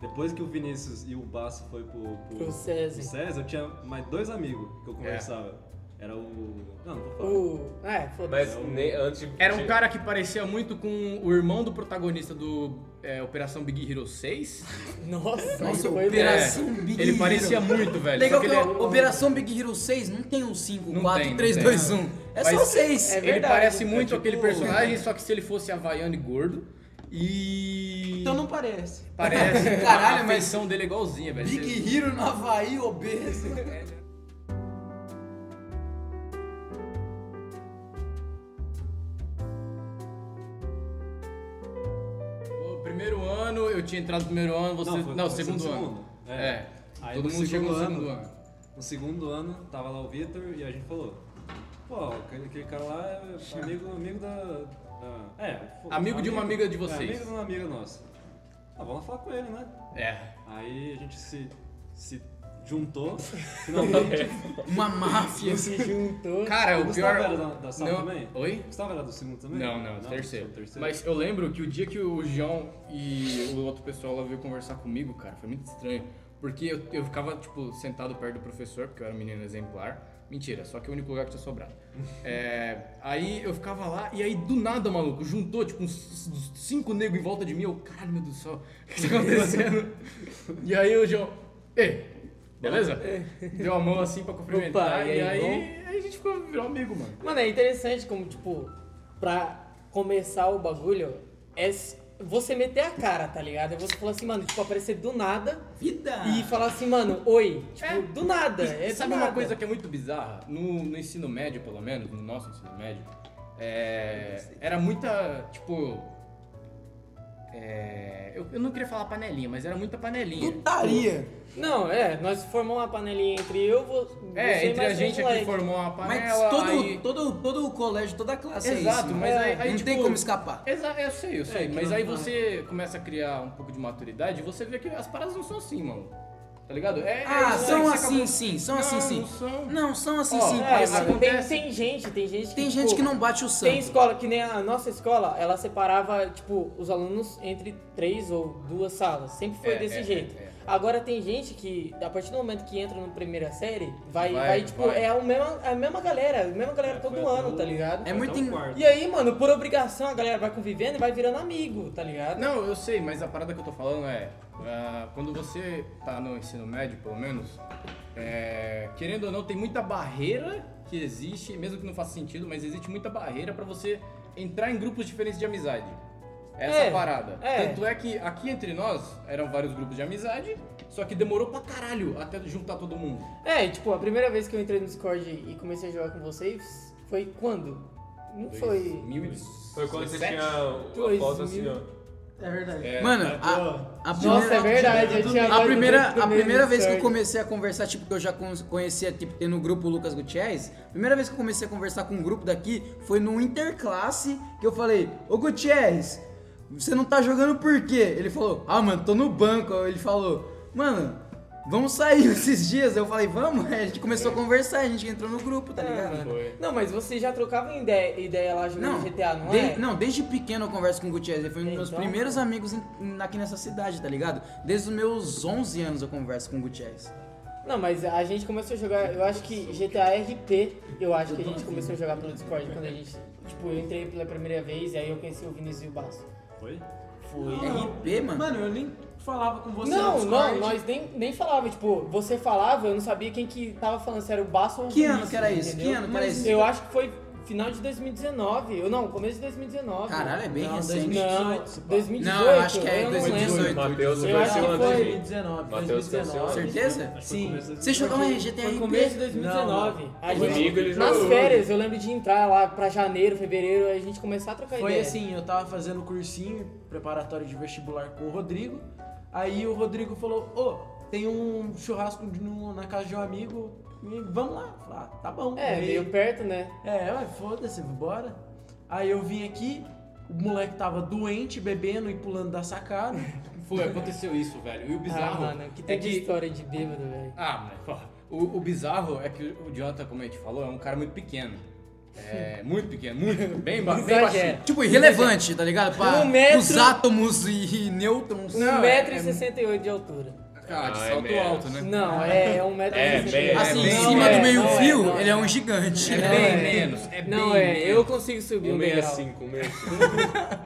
S3: Depois que o Vinícius e o Basso foi pro,
S2: Pro César.
S3: César. eu tinha mais dois amigos
S7: É.
S3: que eu conversava. Era o. Não, não vou falar.
S2: O... É, foda-se.
S5: Mas nem antes. de-
S7: Era um cara que parecia muito com o irmão do protagonista do é, Operação Big Hero 6.
S2: Nossa,
S8: Nossa,
S2: foi
S8: Operação
S7: É,
S8: Big
S7: Ele
S8: Hero.
S7: parecia muito, velho.
S8: Legal
S7: só
S8: que
S7: que ele é-
S8: o- Operação Big Hero 6 não tem um 5,
S7: Não
S8: 4,
S7: tem, não
S8: 3,
S7: tem.
S8: 2, 1. É só
S7: Mas-
S8: 6.
S2: é
S7: Ele
S2: verdade,
S7: parece
S2: é
S7: muito
S2: tipo-
S7: aquele personagem, só que se ele fosse havaiano e gordo. E.
S4: Então não parece.
S7: Parece.
S8: Caralho,
S7: a
S8: mas-
S7: feição dele é igualzinha, velho. Você-
S8: Big Hero no Havaí, obeso.
S7: O primeiro ano, eu tinha entrado no primeiro ano, você.
S3: Não,
S7: Não,
S3: foi-
S7: o
S3: foi
S7: segundo,
S3: no
S7: ano.
S3: segundo.
S7: É.
S3: É. Aí
S7: Todo
S3: no
S7: mundo chegou no
S3: segundo
S7: segundo
S3: ano.
S7: ano.
S3: No segundo ano, tava lá o Vitor e a gente falou: Pô, aquele, aquele cara lá é amigo, amigo da. da- é, fo-
S7: Amigo de uma amiga de vocês.
S3: É, amigo de uma amiga nossa. Ah, vamos lá falar com ele, né?
S7: É.
S3: Aí a gente se, se juntou, finalmente.
S8: Uma máfia.
S2: Se juntou.
S7: Cara,
S3: o
S7: o
S3: Gustavo
S7: pior.
S3: era da, da sala
S7: Não-
S3: também?
S7: Oi?
S3: O Gustavo era do segundo também?
S7: Não, não, terceiro.
S3: do terceiro.
S7: Mas eu lembro que o dia que o João e o outro pessoal lá veio conversar comigo, cara, foi muito estranho. Porque eu, eu ficava, tipo, sentado perto do professor, porque eu era um menino exemplar. Mentira, só que é o único lugar que tinha sobrado. É, aí eu ficava lá e aí do nada, maluco, juntou, tipo, uns, uns cinco negros em volta de mim. Eu, caralho, meu Deus do céu, o que tá acontecendo? e aí o João, ei, beleza? Deu a mão assim pra cumprimentar.
S2: Opa, e aí,
S7: e aí, aí a gente ficou, virou amigo, mano.
S2: Mano, é interessante como, tipo, pra começar o bagulho, é s- você meter a cara, tá ligado? É você falar assim, mano, tipo, aparecer do nada
S8: é Vida.
S2: e falar assim, mano, oi. Tipo, do nada. É
S7: E
S2: do
S7: Ah. sabe uma
S2: nada.
S7: coisa que é muito bizarra? No, no ensino médio, pelo menos, no nosso ensino médio, é, era muita, tipo... é, eu, eu não queria falar panelinha, mas era muita panelinha.
S8: Putaria.
S2: Não, é, nós formamos uma panelinha entre eu, vo- você
S7: É,
S2: e
S7: entre a
S2: mais
S7: gente
S2: um
S7: aqui
S2: moleque.
S7: formou uma
S8: Mas
S7: panela,
S8: todo,
S7: aí...
S8: todo, todo o colégio, toda a classe é
S7: Exato,
S8: isso.
S7: mas
S2: É,
S7: aí, aí,
S8: não tem
S7: tipo,
S8: como escapar.
S7: Exa eu sei, eu sei.
S2: É, que
S7: mas
S2: não-
S7: aí
S2: não.
S7: você começa a criar um pouco de maturidade e você vê que as paradas não são assim, mano. Tá ligado? É,
S8: Ah,
S7: é isso
S8: são
S7: aí que você
S8: assim
S7: acabou-
S8: sim, são
S7: Não,
S8: assim sim.
S7: não são.
S8: Não, são assim
S7: Ó,
S8: sim.
S2: É,
S8: parceiro.
S2: mas tem,
S7: acontece.
S2: tem gente, tem gente que.
S8: Tem
S2: tipo,
S8: gente que não bate o sangue.
S2: Tem escola, que nem a nossa escola, ela separava, tipo, os alunos entre três ou duas salas. Sempre foi
S7: É,
S2: desse
S7: é,
S2: jeito.
S7: é, é.
S2: Agora tem gente que, a partir do momento que entra na primeira série, vai, vai,
S7: Vai,
S2: tipo,
S7: vai.
S2: é a mesma, a mesma galera, é a mesma galera todo
S3: foi até
S2: ano,
S3: o-
S2: tá ligado?
S8: É muito
S7: Então
S3: Até o
S8: en-
S3: quarto.
S2: E aí, mano, por obrigação a galera vai convivendo e vai virando amigo, tá ligado?
S7: Não, eu sei, mas a parada que eu tô falando é. ah, quando você tá no ensino médio, pelo menos, é, querendo ou não, tem muita barreira que existe, mesmo que não faça sentido, mas existe muita barreira pra você entrar em grupos diferentes de amizade. Essa
S2: É,
S7: a parada.
S2: é.
S7: Tanto é que aqui entre nós eram vários grupos de amizade, só que demorou pra caralho até juntar todo mundo.
S2: É, tipo, a primeira vez que eu entrei no Discord e comecei a jogar com vocês foi quando? Não foi.
S7: 2017.
S5: Foi quando você tinha a
S2: Dois
S5: foto
S2: mil.
S5: assim, ó.
S4: É verdade.
S7: É,
S8: Mano,
S7: tá-
S8: a, a primeira,
S2: Nossa, é verdade. Eu tinha
S8: A
S2: agora
S8: primeira,
S2: do
S8: a primeira vez que eu
S2: Sandy.
S8: comecei a conversar, tipo, que eu já con- conhecia, tipo, tem no grupo Lucas Gutierrez, a primeira vez que eu comecei a conversar com um grupo daqui foi num interclasse que eu falei, ô Gutierrez, você não tá jogando por quê? Ele falou, ah, mano, tô no banco. Ele falou, mano, vamos sair esses dias. Eu falei, vamos? Aí a gente começou a conversar, a gente entrou no grupo,
S2: É,
S8: tá ligado?
S7: Foi.
S2: Não, mas você já trocava ideia, ideia lá jogando
S8: Não,
S2: GTA, não
S8: de-
S2: é?
S8: não, desde pequeno eu converso com o Gutierrez. Ele foi um dos meus
S2: Então.
S8: primeiros amigos em- em- aqui nessa cidade, tá ligado? Desde os meus 11 anos eu converso com o Gutierrez.
S2: Não, mas a gente começou a jogar, eu acho que GTA RP, eu acho que a gente começou a jogar pelo Discord quando a gente, tipo, eu entrei pela primeira vez e aí eu conheci o Vinícius e o Basso.
S3: Foi?
S8: RP, mano?
S4: Mano, eu nem falava com você no
S8: é
S2: não,
S4: Discord.
S2: não, nós nem, nem falava, tipo, você falava, eu não sabia quem que tava falando, se era o Basso ou o
S8: Que ano
S2: Vinícius,
S8: que era isso?
S2: entendeu?
S8: Que ano que era
S2: Mas
S8: isso?
S2: Eu acho que foi final de 2019, ou não, começo de 2019.
S8: Caralho, é bem
S4: Não,
S8: recente.
S4: 2000.
S2: Não,
S4: 2018,
S2: 2018.
S8: Não, eu acho que é
S2: eu não lembro.
S8: 2018.
S5: Matheus
S2: Eu acho
S5: venceu
S2: que
S5: a
S2: foi.
S4: 2019,
S5: Mateus
S4: 2019.
S8: Certeza?
S4: Sim.
S8: Você um jogava RGT
S2: Foi começo de
S8: RP?
S2: 2019. a gente,
S5: Comigo ele
S2: nas
S5: jogou.
S2: férias, eu lembro de entrar lá pra janeiro, fevereiro, a gente começar a trocar
S4: Foi
S2: ideia.
S4: assim, eu tava fazendo cursinho preparatório de vestibular com o Rodrigo. Aí o Rodrigo falou, ô, tem um churrasco de- no- na casa de um amigo, e vamos lá. Eu falei, ah, tá bom.
S2: É,
S4: Aí-
S2: meio perto, né?
S4: É, ué, foda-se, bora. Aí eu vim aqui, o moleque tava doente, bebendo e pulando da sacada.
S7: Foi, aconteceu isso, velho. E o bizarro.
S2: Ah, mano, que
S7: é
S2: tem de
S7: que
S2: história de bêbado, velho.
S7: Ah, mas pô, o, o bizarro é que o Jota, como a gente falou, é um cara muito pequeno. É, muito pequeno, muito, bem, ba bem baixinho.
S2: Exagero.
S8: Tipo, irrelevante, tá ligado? Pra
S2: Um metro-
S8: os átomos e, e nêutrons.
S2: 1,68m de altura.
S7: Ah, de
S5: Ah, é
S7: salto
S5: mesmo.
S7: alto, né?
S2: Não, é, é 1,68m.
S5: É, bem-
S8: Assim,
S5: É
S8: em
S5: bem-
S8: cima
S5: é,
S8: do
S5: não é,
S8: meio-fio,
S2: não
S8: ele é
S2: é.
S8: um gigante.
S7: É
S2: Não,
S7: bem
S2: é.
S7: menos, é
S2: Não
S7: bem
S2: é,
S7: menos.
S2: eu consigo subir um degrau.
S5: 165, 165.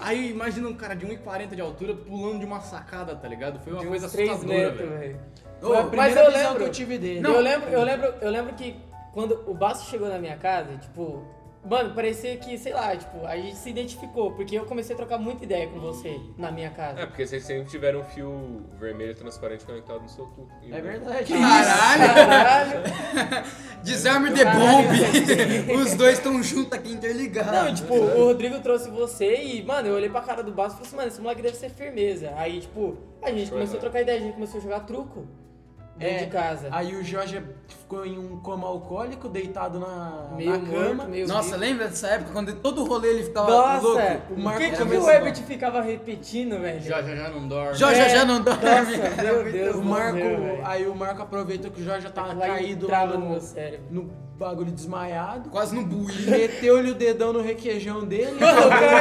S7: Aí imagina um cara de 1,40 de altura pulando de uma sacada, tá ligado? Foi uma
S2: De
S7: coisa
S2: uns 3
S7: assustadora,
S2: metros,
S7: velho.
S2: velho.
S8: Ô,
S4: Foi a
S2: mas
S4: primeira
S2: eu
S4: visão
S2: lembro.
S4: é que eu tive dele.
S2: eu lembro, eu lembro, eu lembro que quando o Basso chegou na minha casa, tipo, mano, parecia que, sei lá, tipo, a gente se identificou, porque eu comecei a trocar muita ideia com você na minha
S5: É,
S2: casa.
S5: porque vocês sempre tiveram um fio vermelho transparente conectado no seu cu.
S4: É verdade.
S8: Caralho!
S2: Caralho!
S8: Desarme de bomb! Os dois estão juntos
S2: é
S8: aqui
S2: Não, e,
S8: interligados.
S2: tipo, o Rodrigo trouxe você e, mano, eu olhei pra cara do Basso e falei assim, mano, esse moleque deve ser firmeza. Aí, tipo, a gente começou a trocar ideia, a gente começou a jogar truco dentro
S4: É,
S2: de casa.
S4: Aí o Jorge ficou em um coma alcoólico, deitado na,
S2: Meio
S4: na cama.
S2: morto, meio
S8: Nossa, lembra dessa época quando todo rolê ele ficava louco?
S2: Nossa, é.
S4: o
S2: o
S4: Marco
S2: que, que o
S4: começou-
S2: Ebert ficava repetindo, velho?
S7: Já, já, já não dorme.
S8: Jorge
S2: É,
S8: já não dorme.
S2: Nossa, meu Deus,
S4: O
S2: do
S4: Marco,
S2: céu, velho.
S4: aí o Marco aproveitou que o Jorge já tava
S2: Lá
S4: caído lá
S2: entrava
S4: no,
S2: no meu cérebro.
S4: no bagulho desmaiado.
S8: Quase no bui.
S4: Meteu-lhe o dedão no requeijão dele.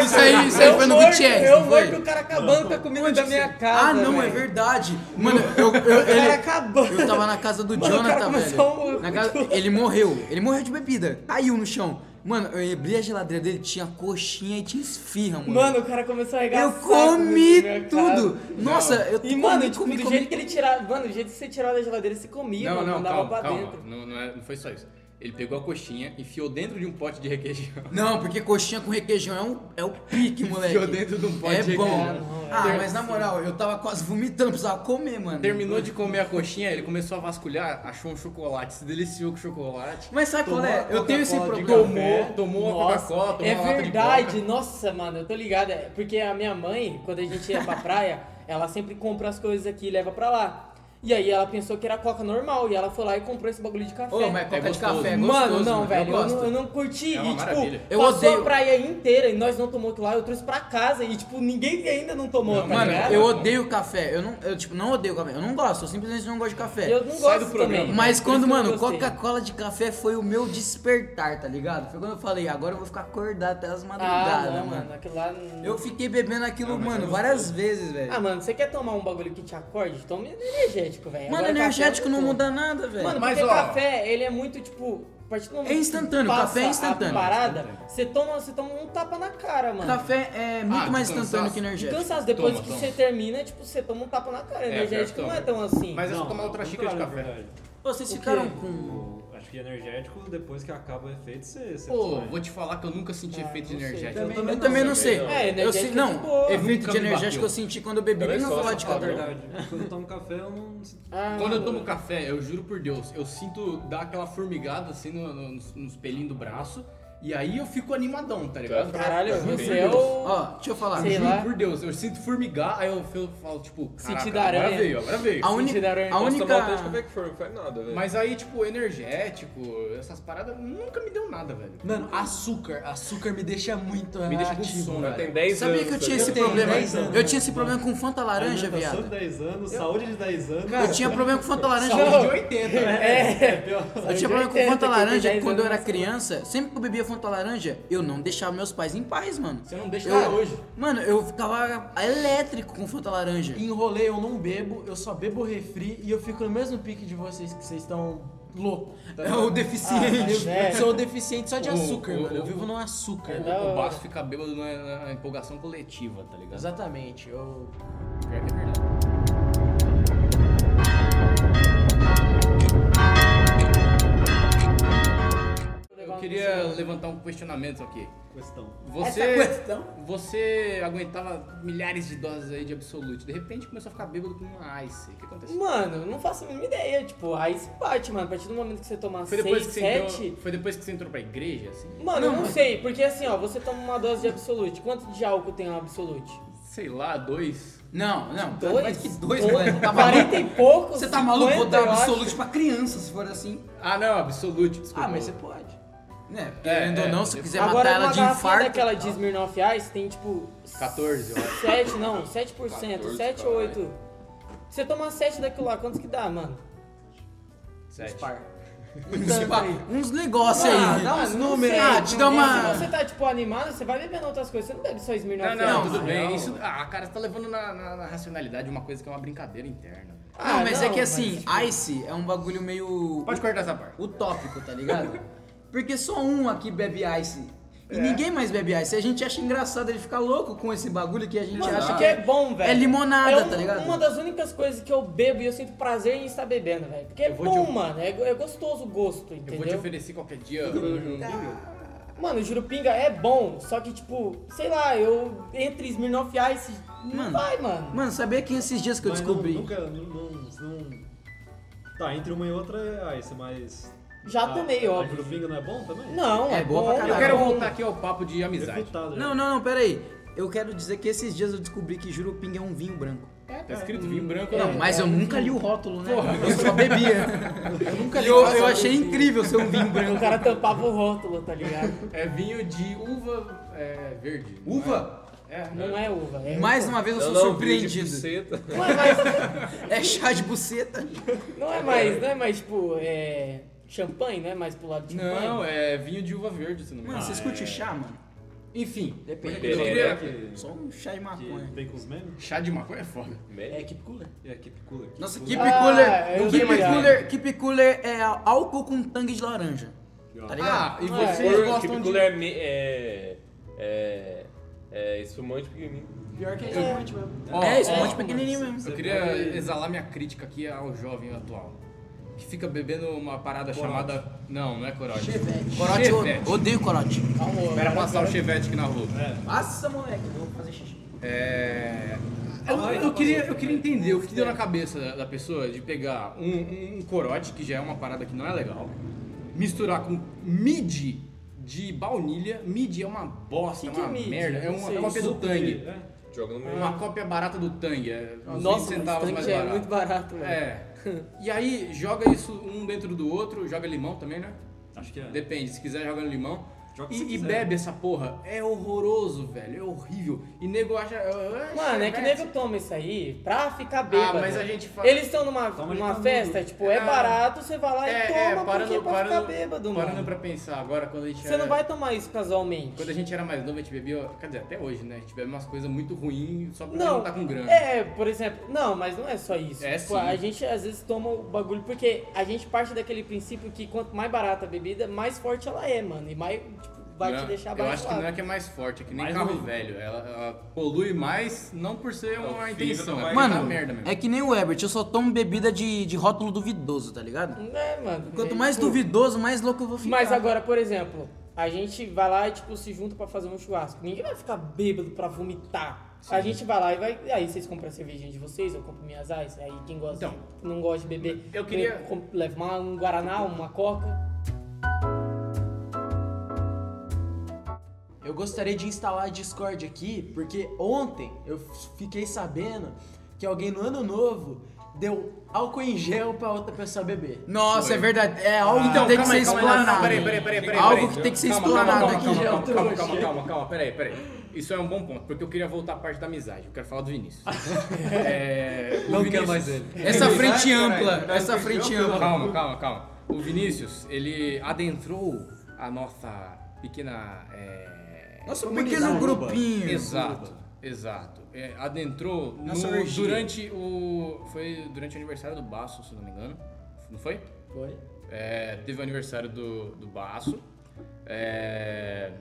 S8: Isso aí, isso aí
S2: Eu
S8: foi no
S2: morto,
S8: Gutierrez,
S2: Eu
S8: não foi?
S2: morto, o cara acabando com a comida da minha casa.
S8: Ah, não, é
S2: velho.
S8: verdade. Mano, eu, eu,
S2: O cara
S8: ele,
S2: acabando.
S8: eu tava na casa do
S2: Mano, o cara
S8: Jonathan,
S2: começou
S8: velho.
S2: um-
S8: Na casa- ele morreu. Ele morreu de bebida. Caiu no chão. Mano, eu abri a geladeira dele, tinha coxinha e tinha esfirra, mano.
S2: Mano, o cara começou a regaçar.
S8: eu
S2: com comida
S8: comi
S2: da minha
S8: tudo.
S2: casa.
S8: Nossa, eu
S2: né, E, mano, tipo,
S8: comi,
S2: do
S8: comi,
S2: jeito que ele tirava. Mano, do jeito que você tirava da geladeira, você comia,
S7: Não,
S2: mano,
S7: não,
S2: mandava
S7: calma,
S2: pra
S7: calma.
S2: dentro.
S7: Não, não, é- não foi só isso. Ele pegou a coxinha, enfiou dentro de um pote de requeijão.
S8: Não, porque coxinha com requeijão é, um, é o pique, moleque.
S7: Enfiou dentro de um pote
S8: É
S7: de
S8: bom.
S7: requeijão.
S8: Ah, mas na moral, eu tava quase vomitando, precisava comer, mano.
S7: Terminou de comer a coxinha, ele começou a vasculhar, achou um chocolate, se deliciou com o chocolate.
S8: Mas sabe qual é? Eu tenho esse
S4: Coca-Cola de
S8: problema.
S7: Tomou, tomou a Coca-Cola, tomou
S2: É
S7: uma lata de
S2: verdade,
S7: Coca.
S2: nossa, mano, eu tô ligado. é Porque a minha mãe, quando a gente ia pra praia, ela sempre compra as coisas aqui e leva pra lá. E aí ela pensou que era coca normal, e ela foi lá e comprou esse bagulho de café.
S8: Ô, mas coca de
S7: gostoso.
S8: café é gostoso.
S2: Mano, não,
S8: eu
S2: velho, eu,
S8: gosto.
S2: não, eu não curti.
S7: É
S2: e,
S7: uma
S2: tipo,
S7: maravilha.
S8: Eu
S2: passou
S8: odeio.
S2: a praia inteira e nós não tomamos aquilo lá, eu trouxe pra casa e, tipo, ninguém ainda não tomou, tá
S8: Mano,
S2: ligado?
S8: eu odeio café. Eu não, eu tipo, não odeio café. Eu não gosto, eu simplesmente não gosto de café.
S2: Eu não
S7: Sai
S2: gosto
S7: do programa.
S2: também.
S8: Mas
S2: Por
S8: quando,
S2: isso que eu
S8: mano,
S2: não gostei.
S8: Coca-Cola de café foi o meu despertar, tá ligado? Foi quando eu falei, agora eu vou ficar acordado até as
S2: Ah,
S8: madrugadas,
S2: não,
S8: né, mano.
S2: mano, aquilo lá. não-
S8: Eu fiquei bebendo aquilo, mano, várias vezes, velho.
S2: Ah, mano, você quer tomar um bagulho que te acorde? Toma energético, velho.
S8: mano,
S2: Agora,
S8: energético
S2: café eu
S8: não
S2: tomo.
S8: muda nada, velho.
S2: Mano,
S7: Mas,
S2: porque
S7: ó,
S2: café, ele é muito, tipo, a partir do momento
S8: É
S2: que
S8: instantâneo,
S2: passa
S8: café é instantâneo.
S2: A parada, você toma, você toma um tapa na cara, mano.
S8: Café é muito
S7: Ah,
S8: mais
S7: de cansaço.
S8: instantâneo que
S2: E
S8: energético.
S2: cansaço, depois
S7: Toma,
S2: que
S7: toma.
S2: você termina, tipo, você toma um tapa na cara. energético
S7: pior que
S2: não é
S7: toma.
S2: tão assim.
S7: Mas é só
S3: Não,
S7: tomar outra
S3: ao
S7: xícara de
S3: contrário,
S7: café. Hum.
S3: verdade.
S8: Vocês
S2: O quê?
S8: ficaram com.
S3: O- Acho que energético, depois que acaba o efeito, você. você
S7: Pô,
S3: desmaia.
S7: vou te falar que eu nunca senti efeito
S2: Ah,
S7: de
S2: não sei.
S7: energético.
S4: Também
S8: Eu também não sei.
S2: É,
S5: não.
S8: eu
S2: energético
S8: sei,
S2: é
S8: não.
S2: de boa.
S8: Efeito
S7: Nunca
S8: de
S7: me
S8: energético
S7: bateu. é
S8: eu senti quando eu bebi.
S5: Também
S8: Nem vou
S5: só
S8: falar
S5: essa
S8: de
S5: parada,
S7: um-
S8: catargal.
S3: É Quando eu tomo café, eu não sinto
S2: Ah,
S7: Quando eu
S2: mano.
S7: tomo café, eu juro por Deus, eu sinto dar aquela formigada assim no- no- nos, nos pelinhos do braço. E aí eu fico animadão, tá ligado?
S2: Caralho,
S7: Juro por
S2: você é
S7: Deus.
S2: o.
S8: Ó, deixa eu falar.
S2: Sei
S7: Juro
S2: lá.
S7: por Deus, eu sinto formigar, aí eu fio- falo, tipo,
S2: Sentido
S7: caraca, agora
S2: aranha. um
S7: veio, agora veio.
S8: A, uni...
S2: Sentido aranha,
S8: a
S5: Posso
S8: única.
S5: tomar o tanto de café que for, não faz nada, velho.
S7: Mas aí, tipo, energético, essas paradas nunca me deu nada, velho.
S4: Mano, açúcar. Açúcar me deixa muito
S7: Me deixa com
S4: ativo.
S7: sono,
S5: Mas
S7: velho.
S5: tem 10
S8: Sabia
S5: anos,
S8: que eu tinha
S5: tá
S8: esse
S5: ligado?
S8: problema?
S4: dez anos,
S8: Eu tinha esse problema com Fanta Laranja,
S3: Alimentação
S8: viado.
S3: de 10 tá anos, saúde de 10 anos.
S8: Eu tinha problema com Fanta Laranja.
S7: Saúde de 80, velho.
S3: é pior.
S8: né? Eu tinha
S2: de
S8: problema com
S2: 80,
S8: Fanta
S2: que eu
S8: Laranja
S2: tenho
S8: quando eu
S2: 10
S8: era
S2: anos.
S8: criança. Sempre que eu bebia Fanta Laranja, eu não deixava meus pais em paz, mano.
S7: Você não deixa
S8: Eu-
S7: cara, hoje.
S8: Mano, eu ficava elétrico com Fanta Laranja.
S4: Enrolei, eu não bebo, eu só bebo refri e eu fico no mesmo pique de vocês que vocês estão louco. tá
S8: É o
S4: ligado?
S8: deficiente.
S4: Eu sou deficiente só de
S7: O-
S4: açúcar,
S7: o-
S4: mano. Eu
S7: o-
S4: vivo no
S8: É
S4: açúcar.
S2: Da
S7: O,
S2: hora.
S7: o Baço fica bêbado na, na empolgação coletiva, tá ligado?
S4: Exatamente. Eu
S7: É verdade. Eu queria levantar um questionamento aqui.
S3: Questão.
S7: Você,
S2: Essa questão?
S7: você aguentava milhares de doses aí de absolute. De repente começou a ficar bêbado com uma ice. O que aconteceu?
S2: Mano, não faço a mínima ideia. Tipo, aí se bate, mano. A partir do momento que você toma
S7: Foi depois,
S2: 6,
S7: que você entrou,
S2: 7.
S7: foi depois que você entrou pra igreja, assim?
S2: Mano, eu não sei, porque assim, ó, você toma uma dose de absolute. Quanto de álcool tem um absolute?
S7: Sei lá, dois.
S8: Não, não.
S2: Dois?
S8: Mas que dois, mano. Tá maluco?
S2: 40 e poucos.
S8: Você tá maluco? Vou
S2: 50,
S8: dar
S2: eu acho.
S8: absolute pra criança, se for assim.
S7: Ah, não, absolute, desculpa.
S4: Ah, mas você pode.
S8: Né?
S7: É,
S8: Querendo ou
S7: é.
S8: não, se quiser
S2: Agora,
S8: matar ela
S2: uma
S8: de
S2: garrafinha
S8: infarto.
S2: daquela de Smirnoff Ice tem, tipo,
S7: 14, eu acho.
S2: 7, não, 7%,
S5: 14,
S2: 7 ou
S5: caralho.
S2: 8. Você toma 7 daquilo lá, quanto que dá, mano?
S7: Sete.
S8: uns pa- tipo, Uns negócios
S2: Ah,
S8: aí.
S2: dá uns números.
S8: Ah, te dá uma.
S2: Se você tá, tipo, animado, você vai bebendo outras coisas. Você não bebe só Smirnoff
S7: Não, não,
S8: Não,
S7: tudo
S2: Ice.
S7: bem. Isso, ah, cara, você tá levando na, na- na racionalidade uma coisa que é uma brincadeira interna.
S8: Não, mas é que
S2: mas,
S8: assim,
S2: tipo,
S8: Ice é um bagulho meio
S7: Pode cortar essa parte.
S8: utópico, tá ligado? Porque só um aqui bebe Ice.
S2: É.
S8: E ninguém mais bebe Ice. A gente acha engraçado ele ficar louco com esse bagulho que a gente
S2: Mano,
S8: acha
S2: acho que é bom, velho.
S8: É limonada,
S2: um-
S8: tá ligado?
S2: Uma das únicas coisas que eu bebo e eu sinto prazer em estar bebendo, velho. Porque é
S7: vou te-
S2: bom, mano. É, é gostoso o gosto,
S7: Eu vou te
S2: entendeu?
S7: oferecer qualquer dia.
S8: Uhum.
S2: Mano, o Jurupinga é bom, só que, tipo, sei lá, eu entre Smirnoff Ice, não
S8: Mano,
S2: vai, mano.
S8: Mano, sabia que esses dias que eu
S3: Mas não-
S8: descobri?
S3: Nunca, não, não, não- Tá, entre uma e outra é Ice, mas.
S2: Já
S8: Tá
S3: a-
S2: tomei,
S3: a
S2: óbvio.
S3: Jurupinga não é bom também?
S2: Não,
S8: É
S2: é,
S8: boa
S2: bom.
S8: pra
S7: Eu
S8: caralho.
S7: quero
S2: é bom.
S7: voltar aqui ao papo de amizade.
S3: Refutado, né?
S8: Não, não, não, pera aí. Eu quero dizer que esses dias eu descobri que Jurupinga é um vinho branco.
S7: Tá escrito vinho branco.
S8: Não,
S7: né?
S8: mas eu nunca li o rótulo, né? Eu só bebia. Eu nunca
S4: li
S8: li
S4: o
S8: eu, eu
S4: rótulo.
S8: achei incrível ser um vinho branco.
S2: O cara tampava o rótulo, tá ligado?
S7: É vinho de uva é, verde.
S8: Uva?
S7: É,
S2: Não é uva, é.
S8: Mais uma vez eu
S5: Não,
S8: sou
S5: não, vídeo de
S8: surpreendido.
S5: buceta.
S2: Não é mais,
S8: É chá de buceta.
S2: não é mais, não é mais, tipo, é. Champanhe, não é mais pro lado de champanhe?
S7: Não, é vinho de uva verde, se não me
S8: Mano,
S7: engano.
S8: vocês curtem chá, mano?
S7: Enfim,
S8: Ah, é. Depende.
S7: eu queria-
S3: que,
S8: Só um chá e
S3: que
S8: maconha.
S3: vem com os memes?
S7: chá de maconha é foda.
S5: Merda.
S4: Keep Cooler.
S3: E a Keep Cooler.
S8: Nossa, Keep
S2: Ah,
S8: Cooler,
S2: eu
S8: keep,
S2: vi, cara.
S8: cooler keep Cooler é álcool com tangue de laranja. Tá ligado?
S7: Ah, e
S2: Ah,
S7: vocês
S5: Cor-
S7: gostam
S5: Keep
S7: de...
S5: Cooler é me- é. É. É espumante pequenininho.
S4: Pior que é diamante mesmo.
S7: Ó,
S8: é, esse
S2: um
S7: ó,
S8: monte pequenininho mesmo.
S7: Eu queria exalar minha crítica aqui ao jovem atual. Que fica bebendo uma parada chamada. Não, não é corote. Chevette.
S8: Corote, eu odeio corote.
S7: Espera passar o chevette aqui na rua.
S8: Nossa, moleque, eu vou fazer xixi.
S7: É. Eu, eu queria, eu queria entender o que deu na cabeça da, da pessoa de pegar um, um corote, que já é uma parada que não é legal, misturar com midi de baunilha. Midi é uma bosta,
S2: Que que
S7: é uma
S2: é midi?
S7: merda, é
S2: Não
S7: uma
S2: sei,
S7: cópia do Tang.
S3: É.
S5: Joga no meio.
S7: Uma cópia barata do Tang, é uns 20
S2: Nossa, mas
S7: centavos
S2: tanque
S7: mais
S2: é
S7: barato.
S2: muito barato, velho.
S7: É. E aí, joga isso um dentro do outro, joga limão também, né?
S3: Acho que é.
S7: Depende, se quiser joga no limão.
S3: Joga o que
S7: E,
S3: você
S7: e
S3: quiser.
S7: bebe essa porra. É horroroso, velho. É horrível. E nego acha. "Ah,
S2: Mano, é que
S7: chevette".
S2: nego toma isso aí pra ficar bêbado.
S7: Ah, mas a gente fala-
S2: Eles estão numa,
S3: Toma de
S2: numa
S3: canudo.
S2: festa, tipo, é
S7: Ah.
S2: barato, você vai lá e
S7: É,
S2: toma
S7: é, parando,
S2: porque pra ficar
S7: parando,
S2: bêbado,
S7: parando
S2: mano.
S7: pra pensar agora, quando a gente
S2: Você
S7: era,
S2: não vai tomar isso casualmente.
S7: Quando a gente era mais novo, a gente bebia, quer dizer, até hoje, né? A gente bebe umas coisas muito ruins só porque não,
S2: Não,
S7: tá com grana.
S2: é, por exemplo, não, mas não é só isso.
S7: É,
S2: tipo,
S7: sim.
S2: a gente às vezes toma o bagulho porque a gente parte daquele princípio que quanto mais barata a bebida, mais forte ela é, mano, e mais tipo, vai
S7: Não,
S2: te deixar
S7: Eu
S2: mais
S7: acho que não é que é mais forte, é que nem
S3: Mais
S7: carro
S3: ruim.
S7: velho. Ela, ela polui mais, não por ser uma
S5: fígado
S7: intenção, é
S5: vai-
S7: porque tá
S8: Mano,
S7: merda mesmo.
S8: é que nem o Ebert, eu só tomo bebida de, de rótulo duvidoso, tá ligado?
S2: É, mano.
S8: Quanto
S2: é,
S8: mais
S2: tipo,
S8: duvidoso, mais louco eu vou ficar.
S2: Mas agora, por exemplo, a gente vai lá e tipo se junta pra fazer um churrasco. Ninguém vai ficar bêbado pra vomitar. A gente vai lá e vai. Aí vocês compram a cervejinha de vocês, eu compro minhas ais. Aí quem gosta,
S7: Então,
S2: não gosta de beber,
S7: eu queria-
S2: com- leva uma- um guaraná, uma coca.
S4: eu gostaria de instalar a Discord aqui, porque ontem eu fiquei sabendo que alguém no ano novo deu álcool em gel pra outra pessoa beber.
S8: Nossa, é verdade. É algo
S7: Então,
S8: que tem que
S7: calma
S8: ser
S7: aí, calma aí, não, não,
S8: explanado.
S7: Peraí, peraí, peraí, peraí.
S8: Algo
S7: peraí.
S8: que tem que ser
S7: Calma,
S8: explanado
S7: calma,
S8: aqui.
S7: Calma, calma, calma, calma, calma, calma, peraí, peraí. Isso é um bom ponto, porque eu queria voltar à parte da amizade. Eu quero falar do Vinícius. É, o
S5: Não quero
S7: Vinícius-
S5: mais ele.
S8: Essa frente
S7: Caralho,
S8: ampla,
S7: caralho.
S8: essa frente ampla.
S7: Calma, calma, calma. O Vinícius, ele adentrou a nossa pequena. é,
S8: Nosso pequeno grupinho.
S7: Exato, exato. É, adentrou no-
S8: Nossa orgia.
S7: durante o. Foi durante o aniversário do Baço, se não me engano. Não foi?
S4: Foi?
S7: É, teve o aniversário do, do Baço. É,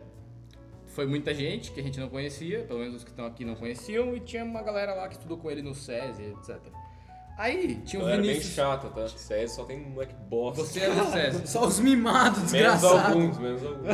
S7: foi muita gente que a gente não conhecia, pelo menos os que estão aqui não conheciam, e tinha uma galera lá que estudou com ele no SESI, etc. Aí tinha o
S5: Galera bem
S7: Vinícius.
S5: chata, tá? Sério, só tem moleque bosta.
S7: Você era do SESI.
S8: Só os mimados,
S5: Menos
S8: desgraçados.
S5: alguns, menos alguns.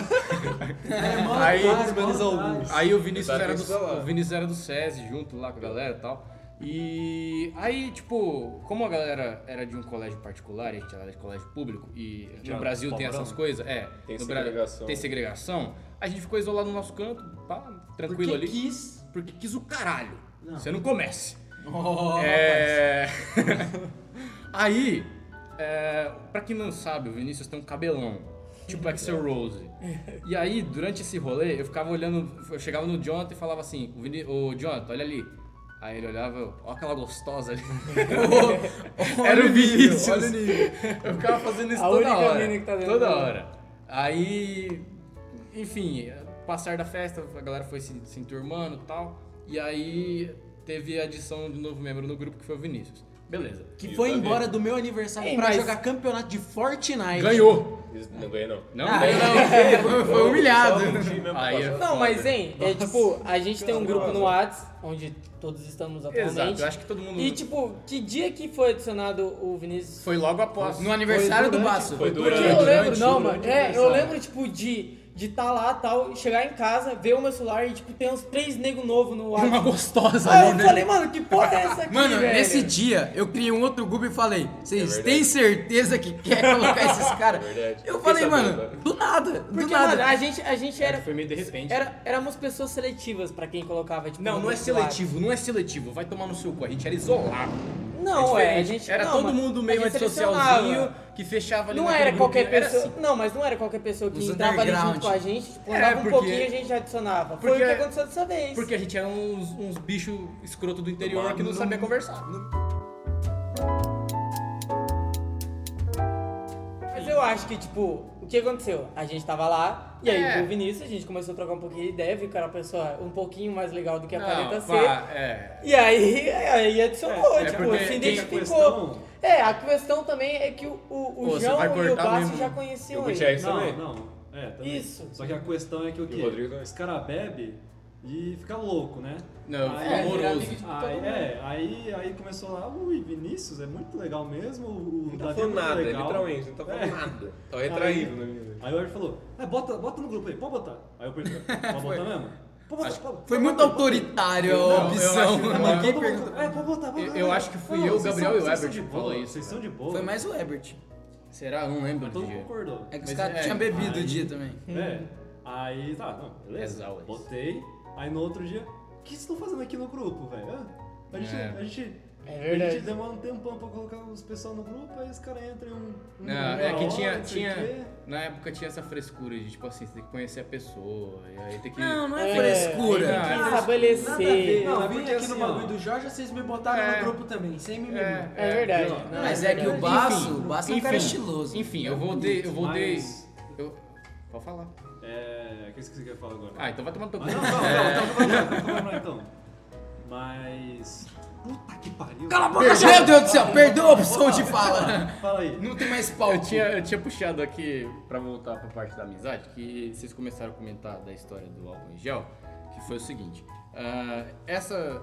S4: É,
S7: Aí,
S3: menos alguns.
S7: Aí o Vinícius,
S5: Tentaram
S7: era
S5: isso pra
S7: do,
S5: lá.
S7: o Vinícius era do SESI junto lá com a galera e tal. E aí, tipo, como a galera era de um colégio particular, e a gente era de colégio público, e
S3: Já
S7: no Brasil tem
S3: palavrão.
S7: essas coisas, é.
S5: Tem
S7: no
S5: segregação.
S7: tem segregação, a gente ficou isolado no nosso canto, pá, tranquilo
S4: Porque
S7: ali.
S4: quis.
S7: Porque quis o caralho.
S4: Não.
S7: Você não comece.
S4: Oh,
S7: É... Aí, é... pra quem não sabe, o Vinícius tem um cabelão. Tipo Axel Rose. E aí, durante esse rolê, eu ficava olhando. Eu chegava no Jonathan e falava assim: o, Vini, o Jonathan, olha ali. Aí ele olhava, eu, ó aquela gostosa ali. Era o Vinícius. Eu ficava fazendo isso
S2: A
S7: toda
S2: única
S7: hora.
S2: mina que tá vendo.
S7: toda hora. Aí, enfim, passar da festa, a galera foi se, se enturmando e tal. E aí teve a adição de um novo membro no grupo que foi o Vinícius. Beleza.
S4: Que
S5: Isso
S4: foi
S5: tá
S4: embora
S5: vendo.
S4: do meu aniversário
S2: Ei,
S4: pra
S2: mas-
S4: jogar campeonato de Fortnite.
S7: Ganhou!
S5: Eles Não ganhei, não.
S7: Não,
S4: Ah,
S7: ganhou.
S8: Foi, foi humilhado.
S7: um Aí eu-
S2: Não, mas hein, é tipo, a gente tem um grupo no Whats, onde todos estamos atualmente.
S7: Exato, eu acho que todo mundo.
S2: E tipo, que dia que foi adicionado o Vinícius?
S7: Foi logo após.
S8: No aniversário do Baço.
S5: Foi
S2: Porque
S5: durante.
S2: eu lembro,
S7: durante,
S2: não,
S7: durante
S2: mano.
S7: a
S2: É, eu
S7: gravação.
S2: lembro, tipo, de de tá lá tal, chegar em casa, ver o meu celular e, tipo, tem uns três nego novo no ar.
S8: Uma
S7: Ah,
S8: gostosa
S2: Aí
S8: ali,
S2: eu
S8: né?
S2: falei, mano, que porra é essa aqui,
S8: Mano,
S2: velho?
S8: nesse dia eu criei um outro grupo e falei: vocês
S5: É verdade.
S8: têm certeza que quer colocar esses caras?
S5: É verdade.
S8: eu
S5: Eu
S8: falei,
S5: fiquei
S8: mano,
S5: sabendo agora.
S8: do nada, do
S2: Porque,
S8: nada.
S2: mano, a gente, a gente era,
S7: Foi meio de repente.
S2: era. Éramos pessoas seletivas pra quem colocava, tipo.
S7: Não,
S2: no
S7: não é
S2: grupo do Whats.
S7: seletivo, não é seletivo. Vai tomar no seu cu. A gente era isolado.
S2: Não,
S7: É
S2: é, a
S7: diferente.
S2: gente.
S7: Era
S2: não,
S7: todo
S2: mano,
S7: mundo
S2: a
S7: meio
S2: gente
S7: antissocialzinho
S2: selecionava.
S7: que fechava ali
S2: Não
S7: naquele
S2: era qualquer
S7: grupinho, era
S2: pessoa.
S7: assim.
S2: Não, mas não era qualquer pessoa que
S8: Os
S2: entrava ali junto
S8: underground.
S2: com a gente, tipo,
S7: É,
S2: andava um
S7: porque-
S2: pouquinho e a gente já adicionava. Foi
S7: porque-
S2: o que aconteceu dessa vez.
S7: Porque a gente era uns, uns bichos escroto do interior
S3: Tomar
S7: que não
S3: no-
S7: sabia conversar. Ah,
S2: Mas eu acho que, tipo, o que aconteceu? A gente tava lá, e aí
S7: É.
S2: com o Vinícius, a gente começou a trocar um pouquinho de ideia, viu que era uma pessoa um pouquinho mais legal do que a
S7: Não,
S2: paleta C.
S7: pá, é.
S2: E aí, aí adicionou,
S7: É, é
S2: tipo,
S7: porque
S2: se
S7: tem a
S2: identificou.
S3: questão-
S2: É, a questão também é que o, o, o
S7: Pô, você
S2: João
S7: vai
S2: e o
S7: cortar
S2: Basso
S7: mesmo.
S2: já conheciam
S5: Eu
S2: ele.
S5: tinha isso
S3: Não,
S5: também.
S3: não. É, também.
S2: Isso.
S3: Só que a questão é que o
S5: o
S3: quê?
S5: Rodrigo também.
S3: Os caras bebem e fica louco, né?
S7: Não,
S3: Aí-
S7: fica horroroso.
S3: Aí, é, aí, aí começou lá, ui, Vinícius, é muito legal mesmo, o
S5: Não
S3: Davi
S5: tá
S3: é
S5: falando
S3: muito
S5: nada,
S3: legal.
S5: literalmente. Não tá falando
S3: É.
S5: nada. Tava
S6: Tá
S5: retraído né, na minha vida.
S3: Aí o Eric falou, é, bota, bota no grupo aí, pode botar. Aí eu perguntei, pode botar mesmo? Pode botar, pode botar.
S8: Foi muito autoritário
S7: Não, eu
S8: a opção.
S7: acho que
S8: mano.
S7: não.
S3: Ninguém
S7: Todo
S3: perguntou. É, pode botar, pode
S7: Eu-
S3: botar.
S7: eu acho que fui
S3: Não,
S7: eu,
S3: vocês
S7: Gabriel e
S3: são-
S7: o
S3: vocês são
S7: Ebert
S3: de
S7: que falou
S3: boa,
S7: isso,
S3: Vocês
S7: né?
S3: são de boa.
S8: Foi mais o Ebert.
S7: Será? Eu não
S2: Tá
S7: lembro do
S3: Todo mundo
S7: dia.
S3: concordou.
S8: É que os
S7: Mas
S8: caras
S7: é,
S8: tinham bebido
S3: aí-
S8: o dia também.
S3: É. Aí tá, não, beleza.
S7: As always.
S3: Botei. Aí no outro dia, o que vocês estão fazendo aqui no grupo, velho? Hã? A gente,
S7: É.
S3: a gente.
S2: É
S3: A
S2: verdade.
S3: gente demora um tempão pra colocar os pessoal no grupo, aí os caras entram em um.
S7: Não,
S3: uma
S7: é que
S3: hora,
S7: tinha,
S3: não sei o quê.
S7: tinha. Na época tinha essa frescura de tipo assim, você tem que conhecer a pessoa. E aí tem que.
S8: Não, não é,
S2: É,
S8: frescura.
S7: aí
S2: Tem que
S7: Nada a
S2: estabelecer.
S3: Não,
S4: Não,
S3: é
S4: eu vim
S3: porque
S4: aqui
S3: assim,
S4: no
S3: ó.
S4: bagulho do Jorge, vocês me botaram
S7: É.
S4: no grupo também, sem me
S7: É,
S4: mimir.
S2: É verdade.
S7: não,
S2: Não,
S8: Mas
S2: é
S8: é que o
S2: verdade.
S8: Baço,
S7: Enfim,
S8: o Baço é um cara
S7: enfim,
S8: estiloso.
S7: Enfim, eu voltei. Eu voltei.
S3: Mas-
S7: Eu... Pode falar.
S3: É. O que você quer falar agora?
S7: Ah, então vai tomar no teu cu.
S3: Mas não, tá, não, não, não, não, não, então. Mas. Puta que pariu.
S8: Cala a boca, meu Deus do céu, perdeu a opção de fala.
S3: Fala aí.
S8: Não tem mais pau.
S7: Eu tinha, eu tinha puxado aqui pra voltar pra parte da amizade, que vocês começaram a comentar da história do álcool em gel, que foi o seguinte. ah, essa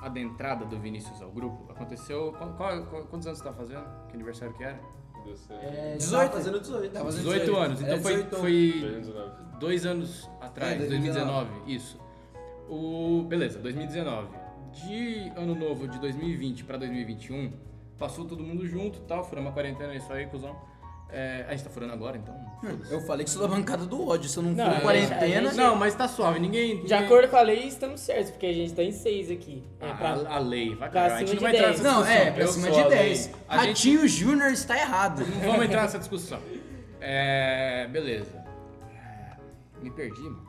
S7: adentrada do Vinícius ao grupo aconteceu. qual- qual- qual- quantos anos você tá fazendo? Que aniversário que era?
S5: Deu certo.
S4: É,
S8: 18.
S4: Tá fazendo 18.
S8: Tá fazendo
S7: 18 anos. Então
S8: É,
S7: foi,
S8: 18.
S7: foi
S5: 2019.
S7: dois anos atrás,
S8: É,
S7: 2019. isso. O, beleza, 2019. De ano novo um, de 2020 pra 2021, passou todo mundo junto e tal, foi uma quarentena é isso aí, cuzão. É, a gente tá furando agora, então.
S8: Eu falei que sou da bancada do ódio. Se eu não,
S2: Não,
S8: for
S2: é,
S8: quarentena,
S2: a gente-
S7: Não, mas tá suave, ninguém.
S2: De acordo com a lei, estamos certos, porque a gente tá em seis aqui. É,
S7: Ah,
S2: pra-
S7: a, a lei, vai
S2: pra
S7: cagar. A gente
S2: cima
S7: não vai
S2: de
S7: entrar
S2: dez.
S7: nessa
S8: Não,
S7: discussão.
S8: é, pra
S7: Eu
S8: cima
S7: sou
S8: de
S7: a lei.
S8: 10.
S7: A gente
S8: Ratinho Júnior está errado.
S7: não vamos entrar nessa discussão. É. Beleza. É, Me perdi, mano.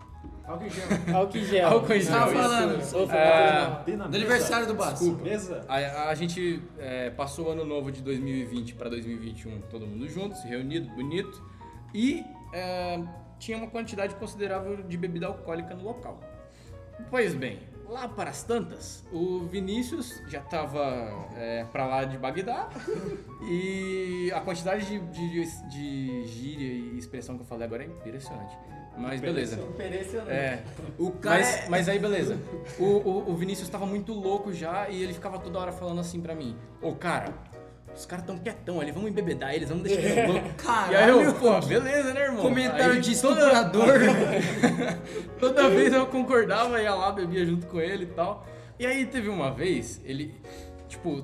S4: Alguém chama.
S2: Álcool em gel.
S7: Ah. Álcool em gel,
S2: Tava
S7: isso.
S2: falando. Sou
S7: É.
S2: foda.
S3: Tem na
S8: Do
S3: mesa.
S8: aniversário do Basso.
S7: Desculpa.
S3: Mesa?
S7: A, a gente é, passou o ano novo de 2020 para 2021 todo mundo junto, se reunido, bonito. E é, tinha uma quantidade considerável de bebida alcoólica no local. Pois bem, lá para as tantas, o Vinícius já estava para lá de Bagdá. e a quantidade de, de- de gíria e expressão que eu falei agora é impressionante. Mas beleza. É.
S8: O cara
S7: Mas,
S8: é-
S7: mas aí, beleza. O, o, o Vinícius tava muito louco já e ele ficava toda hora falando assim pra mim: Ô, cara, os caras tão quietão ali, vamos embebedar eles, vamos deixar eles loucos. E aí eu,
S8: Caralho,
S7: pô, beleza, né, irmão?
S8: comentário
S7: Aí
S8: de
S7: toda,
S8: estuprador.
S7: toda vez eu concordava, ia lá, bebia junto com ele e tal. E aí teve uma vez, ele, tipo,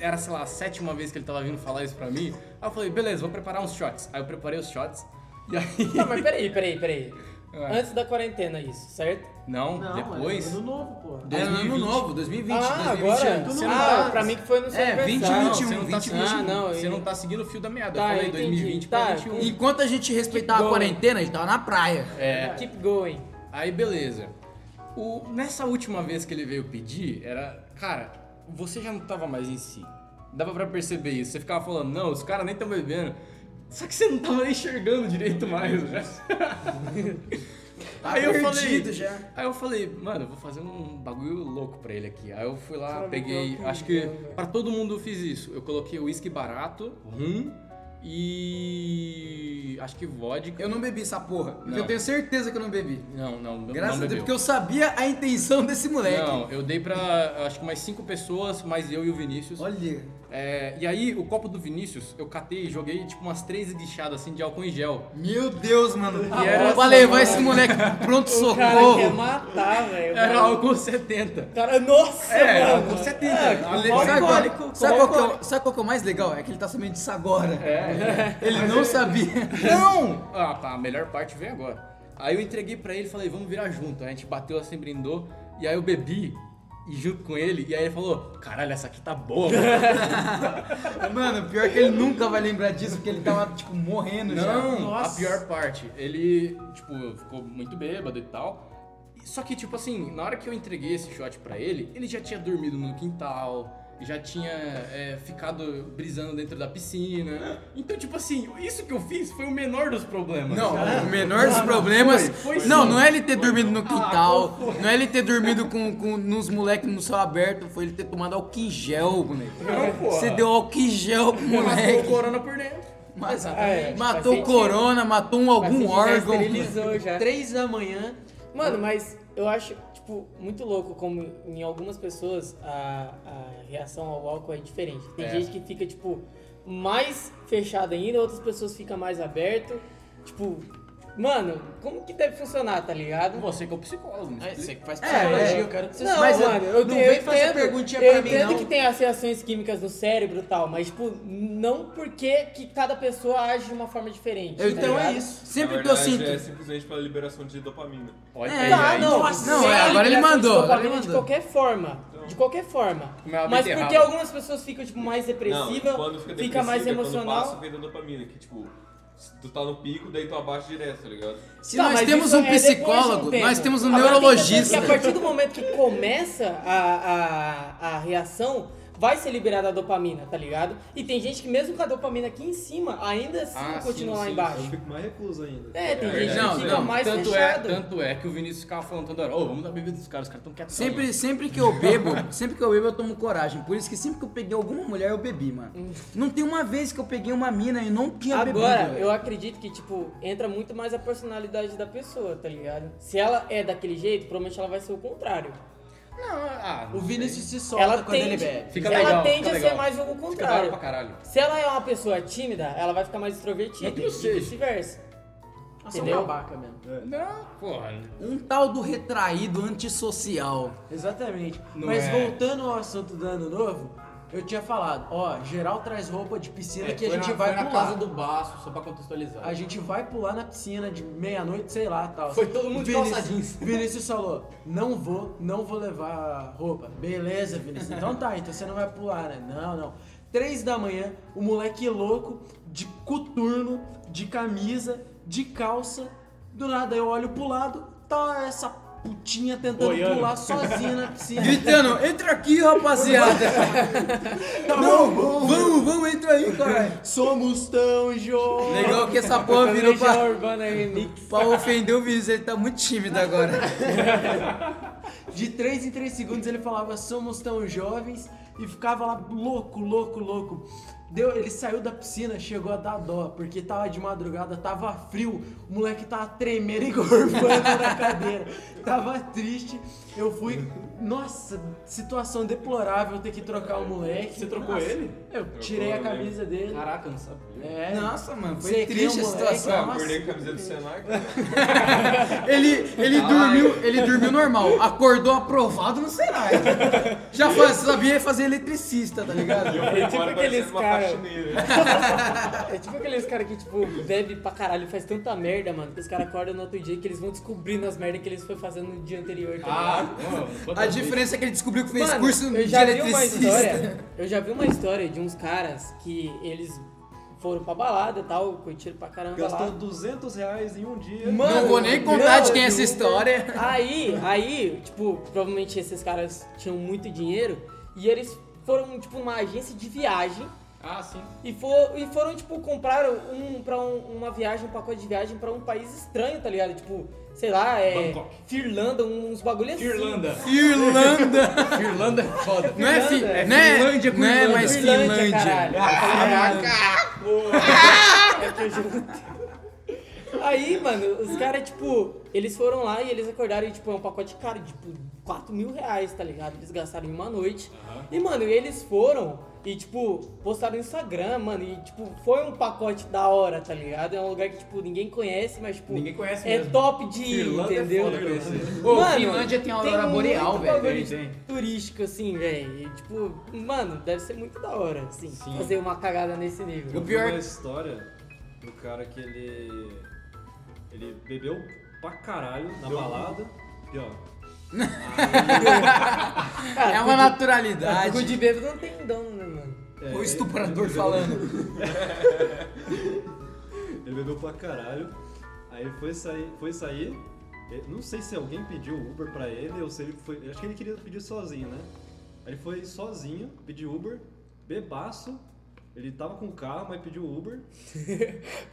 S7: era, sei lá, a sétima vez que ele tava vindo falar isso pra mim. Aí eu falei: beleza, vou preparar uns shots. Aí eu preparei os shots. E aí.
S2: Não, Tá, mas peraí, peraí, peraí.
S7: É.
S2: Antes da quarentena isso, certo?
S7: Não,
S4: Não,
S7: depois.
S4: É ano novo, porra.
S8: Era no ano
S7: 2020.
S8: novo, 2020.
S2: ah,
S8: 2020
S2: agora?
S8: anos.
S4: Tu não
S2: ah,
S4: tá-
S2: pra mim que foi no seu
S8: É, 20
S2: aniversário.
S8: 21,
S7: Não, você não tá
S8: 20,
S7: seguindo-
S2: ah, não,
S7: você
S2: eu-
S7: não tá seguindo o fio da meada.
S2: Tá,
S7: eu falei
S2: entendi.
S7: 2020
S2: Tá,
S7: pra 21.
S2: entendi.
S8: Enquanto a gente respeitar a
S2: bom.
S8: quarentena, a gente tava na praia.
S7: É,
S2: Keep going.
S7: aí beleza. O, nessa última vez que ele veio pedir, era. Cara, você já não tava mais em si. Dava pra perceber isso. Você ficava falando, não, os caras nem tão bebendo. Só que você não tava nem enxergando direito mais, né?
S8: Tá
S7: aí eu
S8: perdido
S7: falei,
S8: já.
S7: Aí eu falei, mano, eu vou fazer um bagulho louco pra ele aqui. Aí eu fui lá,
S2: Cara,
S7: peguei,
S2: que
S7: acho
S8: é,
S7: que
S2: loucura, velho.
S7: pra todo mundo eu fiz isso. Eu coloquei uísque barato, rum e acho que vodka.
S8: Eu não bebi essa porra. porque
S7: Não.
S8: Eu tenho certeza que eu não bebi.
S7: Não, não, não
S8: Graças a Deus,
S7: bebeu.
S8: porque eu sabia a intenção desse moleque.
S7: Não, eu dei pra acho que mais cinco pessoas, mais eu e o Vinícius.
S8: Olha.
S7: É, e aí, o copo do Vinícius, eu catei e joguei tipo umas três guichadas assim de álcool em gel.
S8: Meu Deus, mano.
S7: era assim, né?
S8: pra levar esse moleque pro
S2: O cara quer
S8: pronto-socorro.
S2: matar, velho.
S7: Era álcool 70.
S2: Cara, nossa,
S7: É,
S2: mano.
S7: álcool 70.
S8: Sabe
S7: Álcool-
S8: qual-
S2: alcoólico,
S8: sabe qual que é o- Sabe qual que é o mais legal? É que ele tá sabendo disso agora. Ele não sabia.
S7: É. Não! Ah, pá, a melhor parte vem agora. Aí eu entreguei pra ele e falei, vamos virar junto. Aí a gente bateu assim, brindou. E aí eu bebi e junto com ele. E aí ele falou, caralho, essa aqui tá boa, mano.
S8: Mano, pior que ele nunca vai lembrar disso, porque ele tava, tipo, morrendo já.
S7: Não, a pior parte. Ele, tipo, ficou muito bêbado e tal. Só que, tipo assim, na hora que eu entreguei esse shot pra ele, ele já tinha dormido no quintal, já tinha é, ficado brisando dentro da piscina. Então, tipo assim, isso que eu fiz foi o menor dos problemas.
S8: Não, o menor dos problemas.
S7: foi Ah,
S8: não,
S7: sim.
S8: não é ele ter dormido no quintal, não é ele ter dormido com, com nos moleques no céu aberto, foi ele ter tomado álcool em gel, moleque.
S7: Não, porra.
S8: Você deu álcool em gel pro
S7: Passou o
S8: moleque.
S7: corona por dentro. Ah,
S8: Mas-
S2: É, faz
S8: matou
S2: sentido.
S8: o corona, matou um,
S2: Mas você
S8: algum
S2: já
S8: órgão.
S2: esterilizou já.
S4: Três da manhã.
S2: Mano, mas eu acho, tipo, muito louco como em algumas pessoas a, a reação ao álcool é diferente. Tem
S7: É.
S2: gente que fica, tipo, mais fechada ainda, outras pessoas ficam mais aberto. Tipo, mano, como que deve funcionar, tá ligado?
S7: Você que é o psicólogo, me explica.
S4: Você que faz
S8: psicologia,
S4: psicologia,
S8: é.
S4: eu quero que você
S2: Não,
S8: Mas,
S2: mano, eu,
S4: não
S2: eu
S4: vem fazer
S2: entendo,
S4: perguntinha
S2: eu
S4: pra mim,
S2: entendo
S4: não.
S2: que tem as reações químicas no cérebro e tal, mas, tipo, não porque que cada pessoa age de uma forma diferente.
S8: Eu-
S2: tá
S4: Então é
S2: ligado?
S4: isso.
S8: Sempre
S6: Na
S8: que eu
S6: verdade,
S8: sinto.
S6: É simplesmente pela liberação de dopamina.
S7: Olha
S8: É,
S7: aí,
S2: Ah,
S7: aí.
S2: não.
S8: Nossa, não,
S2: Sim,
S8: é, agora ele
S2: essa
S8: mandou,
S2: desculpa,
S8: agora ele
S2: mas De
S8: mandou.
S2: qualquer forma. De qualquer forma.
S7: Comeu uma
S2: Mas
S7: beterraba.
S2: porque algumas pessoas ficam tipo, mais
S6: Não,
S2: depressivas,
S6: quando
S2: fica,
S6: fica,
S2: mais
S6: depressiva, Quando passa,
S2: emocional.
S6: vem da dopamina, que tipo, se tu tá no pico, daí tu abaixa direto, tá ligado?
S8: Se
S2: Tá,
S8: nós
S2: mas
S8: temos
S2: isso
S8: um
S2: é depois de
S8: psicólogo,
S2: tempo.
S8: nós temos um
S2: Agora, tem
S8: neurologista.
S2: pessoas que a partir do momento que começa a, a, a reação, vai ser liberada a dopamina, tá ligado? E tem gente que mesmo com a dopamina aqui em cima, ainda assim
S7: Ah,
S2: continua
S7: sim,
S2: lá
S7: sim,
S3: Eu
S2: embaixo.
S3: fico mais recluso ainda.
S2: É, tem
S6: É
S2: gente
S8: verdade,
S2: que
S8: não,
S2: fica
S8: não,
S2: mais
S7: tanto é,
S2: fechado.
S7: tanto é que o Vinícius ficava falando toda hora, ô, vamos dar bebida dos caras, os caras tão quietos.
S8: Sempre, sempre que eu bebo, sempre que eu bebo, eu tomo coragem. Por isso que sempre que eu peguei alguma mulher, eu bebi, mano. Não tem uma vez que eu peguei uma mina e não tinha bebido.
S2: Agora,
S8: velho.
S2: eu acredito que, tipo, entra muito mais a personalidade da pessoa, tá ligado? Se ela é daquele jeito, provavelmente ela vai ser o contrário.
S7: Não, ah,
S4: O Vinícius se solta
S2: Ela
S4: quando ele
S2: tende,
S4: bebe.
S7: Fica
S2: ela
S7: legal,
S2: tende
S7: fica
S2: a ser
S7: legal.
S2: mais o
S7: Fica da hora pra
S2: contrário.
S7: caralho.
S2: Se ela é uma pessoa tímida, ela vai ficar mais
S7: Não
S2: extrovertida
S7: que
S2: e
S7: eu seja.
S2: vice-versa.
S4: Nossa, é um
S2: Entendeu?
S4: babaca mesmo.
S7: Não, porra.
S8: Um tal do retraído antissocial.
S4: Exatamente.
S7: Não
S4: Mas
S7: é.
S4: voltando ao assunto do ano novo, Eu tinha falado, ó, geral traz roupa de piscina
S7: É,
S4: que a
S7: foi
S4: gente
S7: na,
S4: vai
S7: foi na
S4: pular.
S7: casa do Baço, só pra contextualizar.
S4: A gente vai pular na piscina de meia-noite, sei lá, tal.
S7: Foi todo mundo de
S4: Vinícius-
S7: calça jeans.
S4: Vinícius falou, não vou, não vou levar roupa. Beleza, Vinícius. Então tá, então você não vai pular, né? Não, não. Três da manhã, o moleque louco, de coturno, de camisa, de calça. Do nada eu olho pro lado, tá essa putinha tentando
S7: Boiando.
S4: pular sozinha na piscina.
S8: Gritando, entra aqui, rapaziada.
S4: Não,
S8: Vamos, vamos, entra aí, cara.
S4: Somos tão jovens.
S8: Legal que
S2: Tá
S8: essa porra virou
S2: Legião
S8: pra,
S2: Urbana Remix.
S8: pra ofender o Vinícius, ele tá muito tímido agora.
S4: De 3 em 3 segundos ele falava somos tão jovens e ficava lá louco, louco, louco. Deu, ele saiu da piscina, chegou a dar dó, porque tava de madrugada, tava frio, o moleque tava tremendo e gorfando na cadeira. Tava triste. Eu fui, nossa, situação deplorável ter que trocar o moleque.
S7: Você trocou ele? né?
S4: Eu tirei a camisa dele.
S7: Caraca, eu não sabia.
S4: É.
S8: Nossa, mano, foi
S4: Sequei o
S8: triste a
S4: moleque,
S8: situação.
S4: nossa.
S6: Acordei com a camisa do Senai.
S8: Ele, ele dormiu, ele dormiu normal, acordou aprovado no Senai. Já faz, sabia fazer eletricista, tá ligado?
S2: É tipo aqueles
S6: parecendo uma
S2: cara-
S6: faxineira.
S2: É tipo aqueles caras que, tipo, bebe pra caralho, faz tanta merda, mano, que os caras acordam no outro dia que eles vão descobrindo as merdas que eles foram fazendo no dia anterior. tá ligado?
S7: Ah, não, quantas
S8: A
S7: vezes?
S8: diferença é que ele descobriu que fez
S2: Mano,
S8: curso
S2: eu
S8: de
S2: já vi uma
S8: eletricista.
S2: história. Eu já vi uma história de uns caras que eles foram pra balada e tal, curtiram pra caramba
S3: Gastou
S2: lá.
S3: 200 reais em um dia.
S8: Não vou nem contar de quem é essa história.
S2: Aí, aí, tipo, provavelmente esses caras tinham muito dinheiro e eles foram, tipo, uma agência de viagem
S7: Ah, sim.
S2: e, for, e foram, tipo, compraram um, pra um- uma viagem, um pacote de viagem pra um país estranho, tá ligado? Tipo, sei lá, é.
S7: Bangkok.
S2: Irlanda, uns bagulho assim.
S7: Irlanda.
S8: Irlanda.
S7: Irlanda é foda.
S8: Não é, fi,
S2: Irlanda.
S8: não é,
S7: Finlândia com
S8: não é
S7: Irlanda.
S8: mais
S2: Irlândia,
S8: Finlândia.
S2: caralho. É que eu juro. Aí, mano, os caras, tipo, eles foram lá e eles acordaram e, tipo, é um pacote caro, tipo, 4 mil reais, tá ligado? Eles gastaram em uma noite. E, mano, eles foram e, tipo, postaram no Instagram, mano, e, tipo, foi um pacote da hora, tá ligado? É um lugar que, tipo, ninguém conhece, mas, tipo,
S7: Ninguém conhece
S2: é
S7: mesmo.
S2: top de ir,
S7: Irlanda é
S2: entendeu?
S7: foda conhecer.
S8: Ô, Finlândia tem aurora
S2: muito
S8: boreal, velho.
S2: bagulho
S7: Tem, tem.
S2: Turístico, assim, velho. E, Tipo, mano, deve ser muito da hora, assim, fazer uma cagada nesse nível.
S8: Eu
S3: Eu vi
S8: pior-
S3: uma história do cara que ele. Ele bebeu pra caralho na balada. E ó, é,
S2: Ah,
S8: É uma
S2: tudo- Ficou
S8: naturalidade.
S2: de bêbado não tem dono, né, mano?
S3: é,
S8: O
S3: ele-
S8: estuprador falando.
S3: Ele bebeu pra caralho. Aí foi sair. Foi sair eh, não sei se alguém pediu Uber pra ele ou se ele foi. eu Acho que ele queria pedir sozinho, né? Aí ele foi sozinho, pediu Uber, bebaço. Ele tava com o carro, mas pediu Uber.
S2: O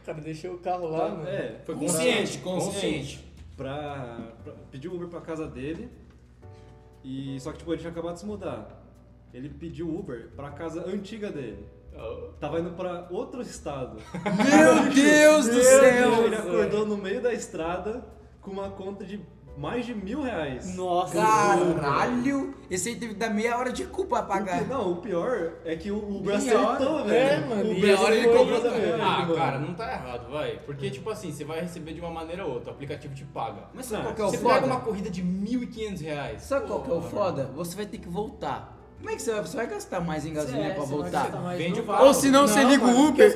S2: cara deixou o carro lá, mano.
S3: É,
S7: Foi consciente, consciente.
S3: pra, pra pediu Uber pra casa dele. E só que tipo, ele tinha acabado de se mudar. Ele pediu Uber pra casa antiga dele. Tava indo pra outro estado.
S8: Meu Deus do céu.
S3: Ele acordou no meio da estrada com uma conta de mais de mil reais.
S2: Nossa,
S8: Caralho. Esse aí teve que dar meia hora de culpa a pagar.
S3: O que- não, o pior é que o Uber
S8: Meia hora.
S3: aceitou,
S2: É,
S3: velho.
S2: mano,
S3: O
S2: meia
S3: Uber
S2: hora ele
S3: aceitou
S2: comprou
S3: essa viagem,
S7: Ah,
S3: mano.
S7: cara, não tá errado, vai. Porque, tipo assim, você vai receber de uma maneira ou outra, o aplicativo te paga.
S8: Mas
S3: sabe qual que
S8: é o
S7: Você
S8: foda?
S7: pega uma corrida de 1.500 reais.
S8: Sabe qual que é o
S7: Porra.
S8: foda? Você vai ter que voltar. Como é que você vai? Você vai gastar mais em gasolina pra voltar?
S7: Vende o
S8: Ou
S7: carro.
S8: senão você liga o Uber e,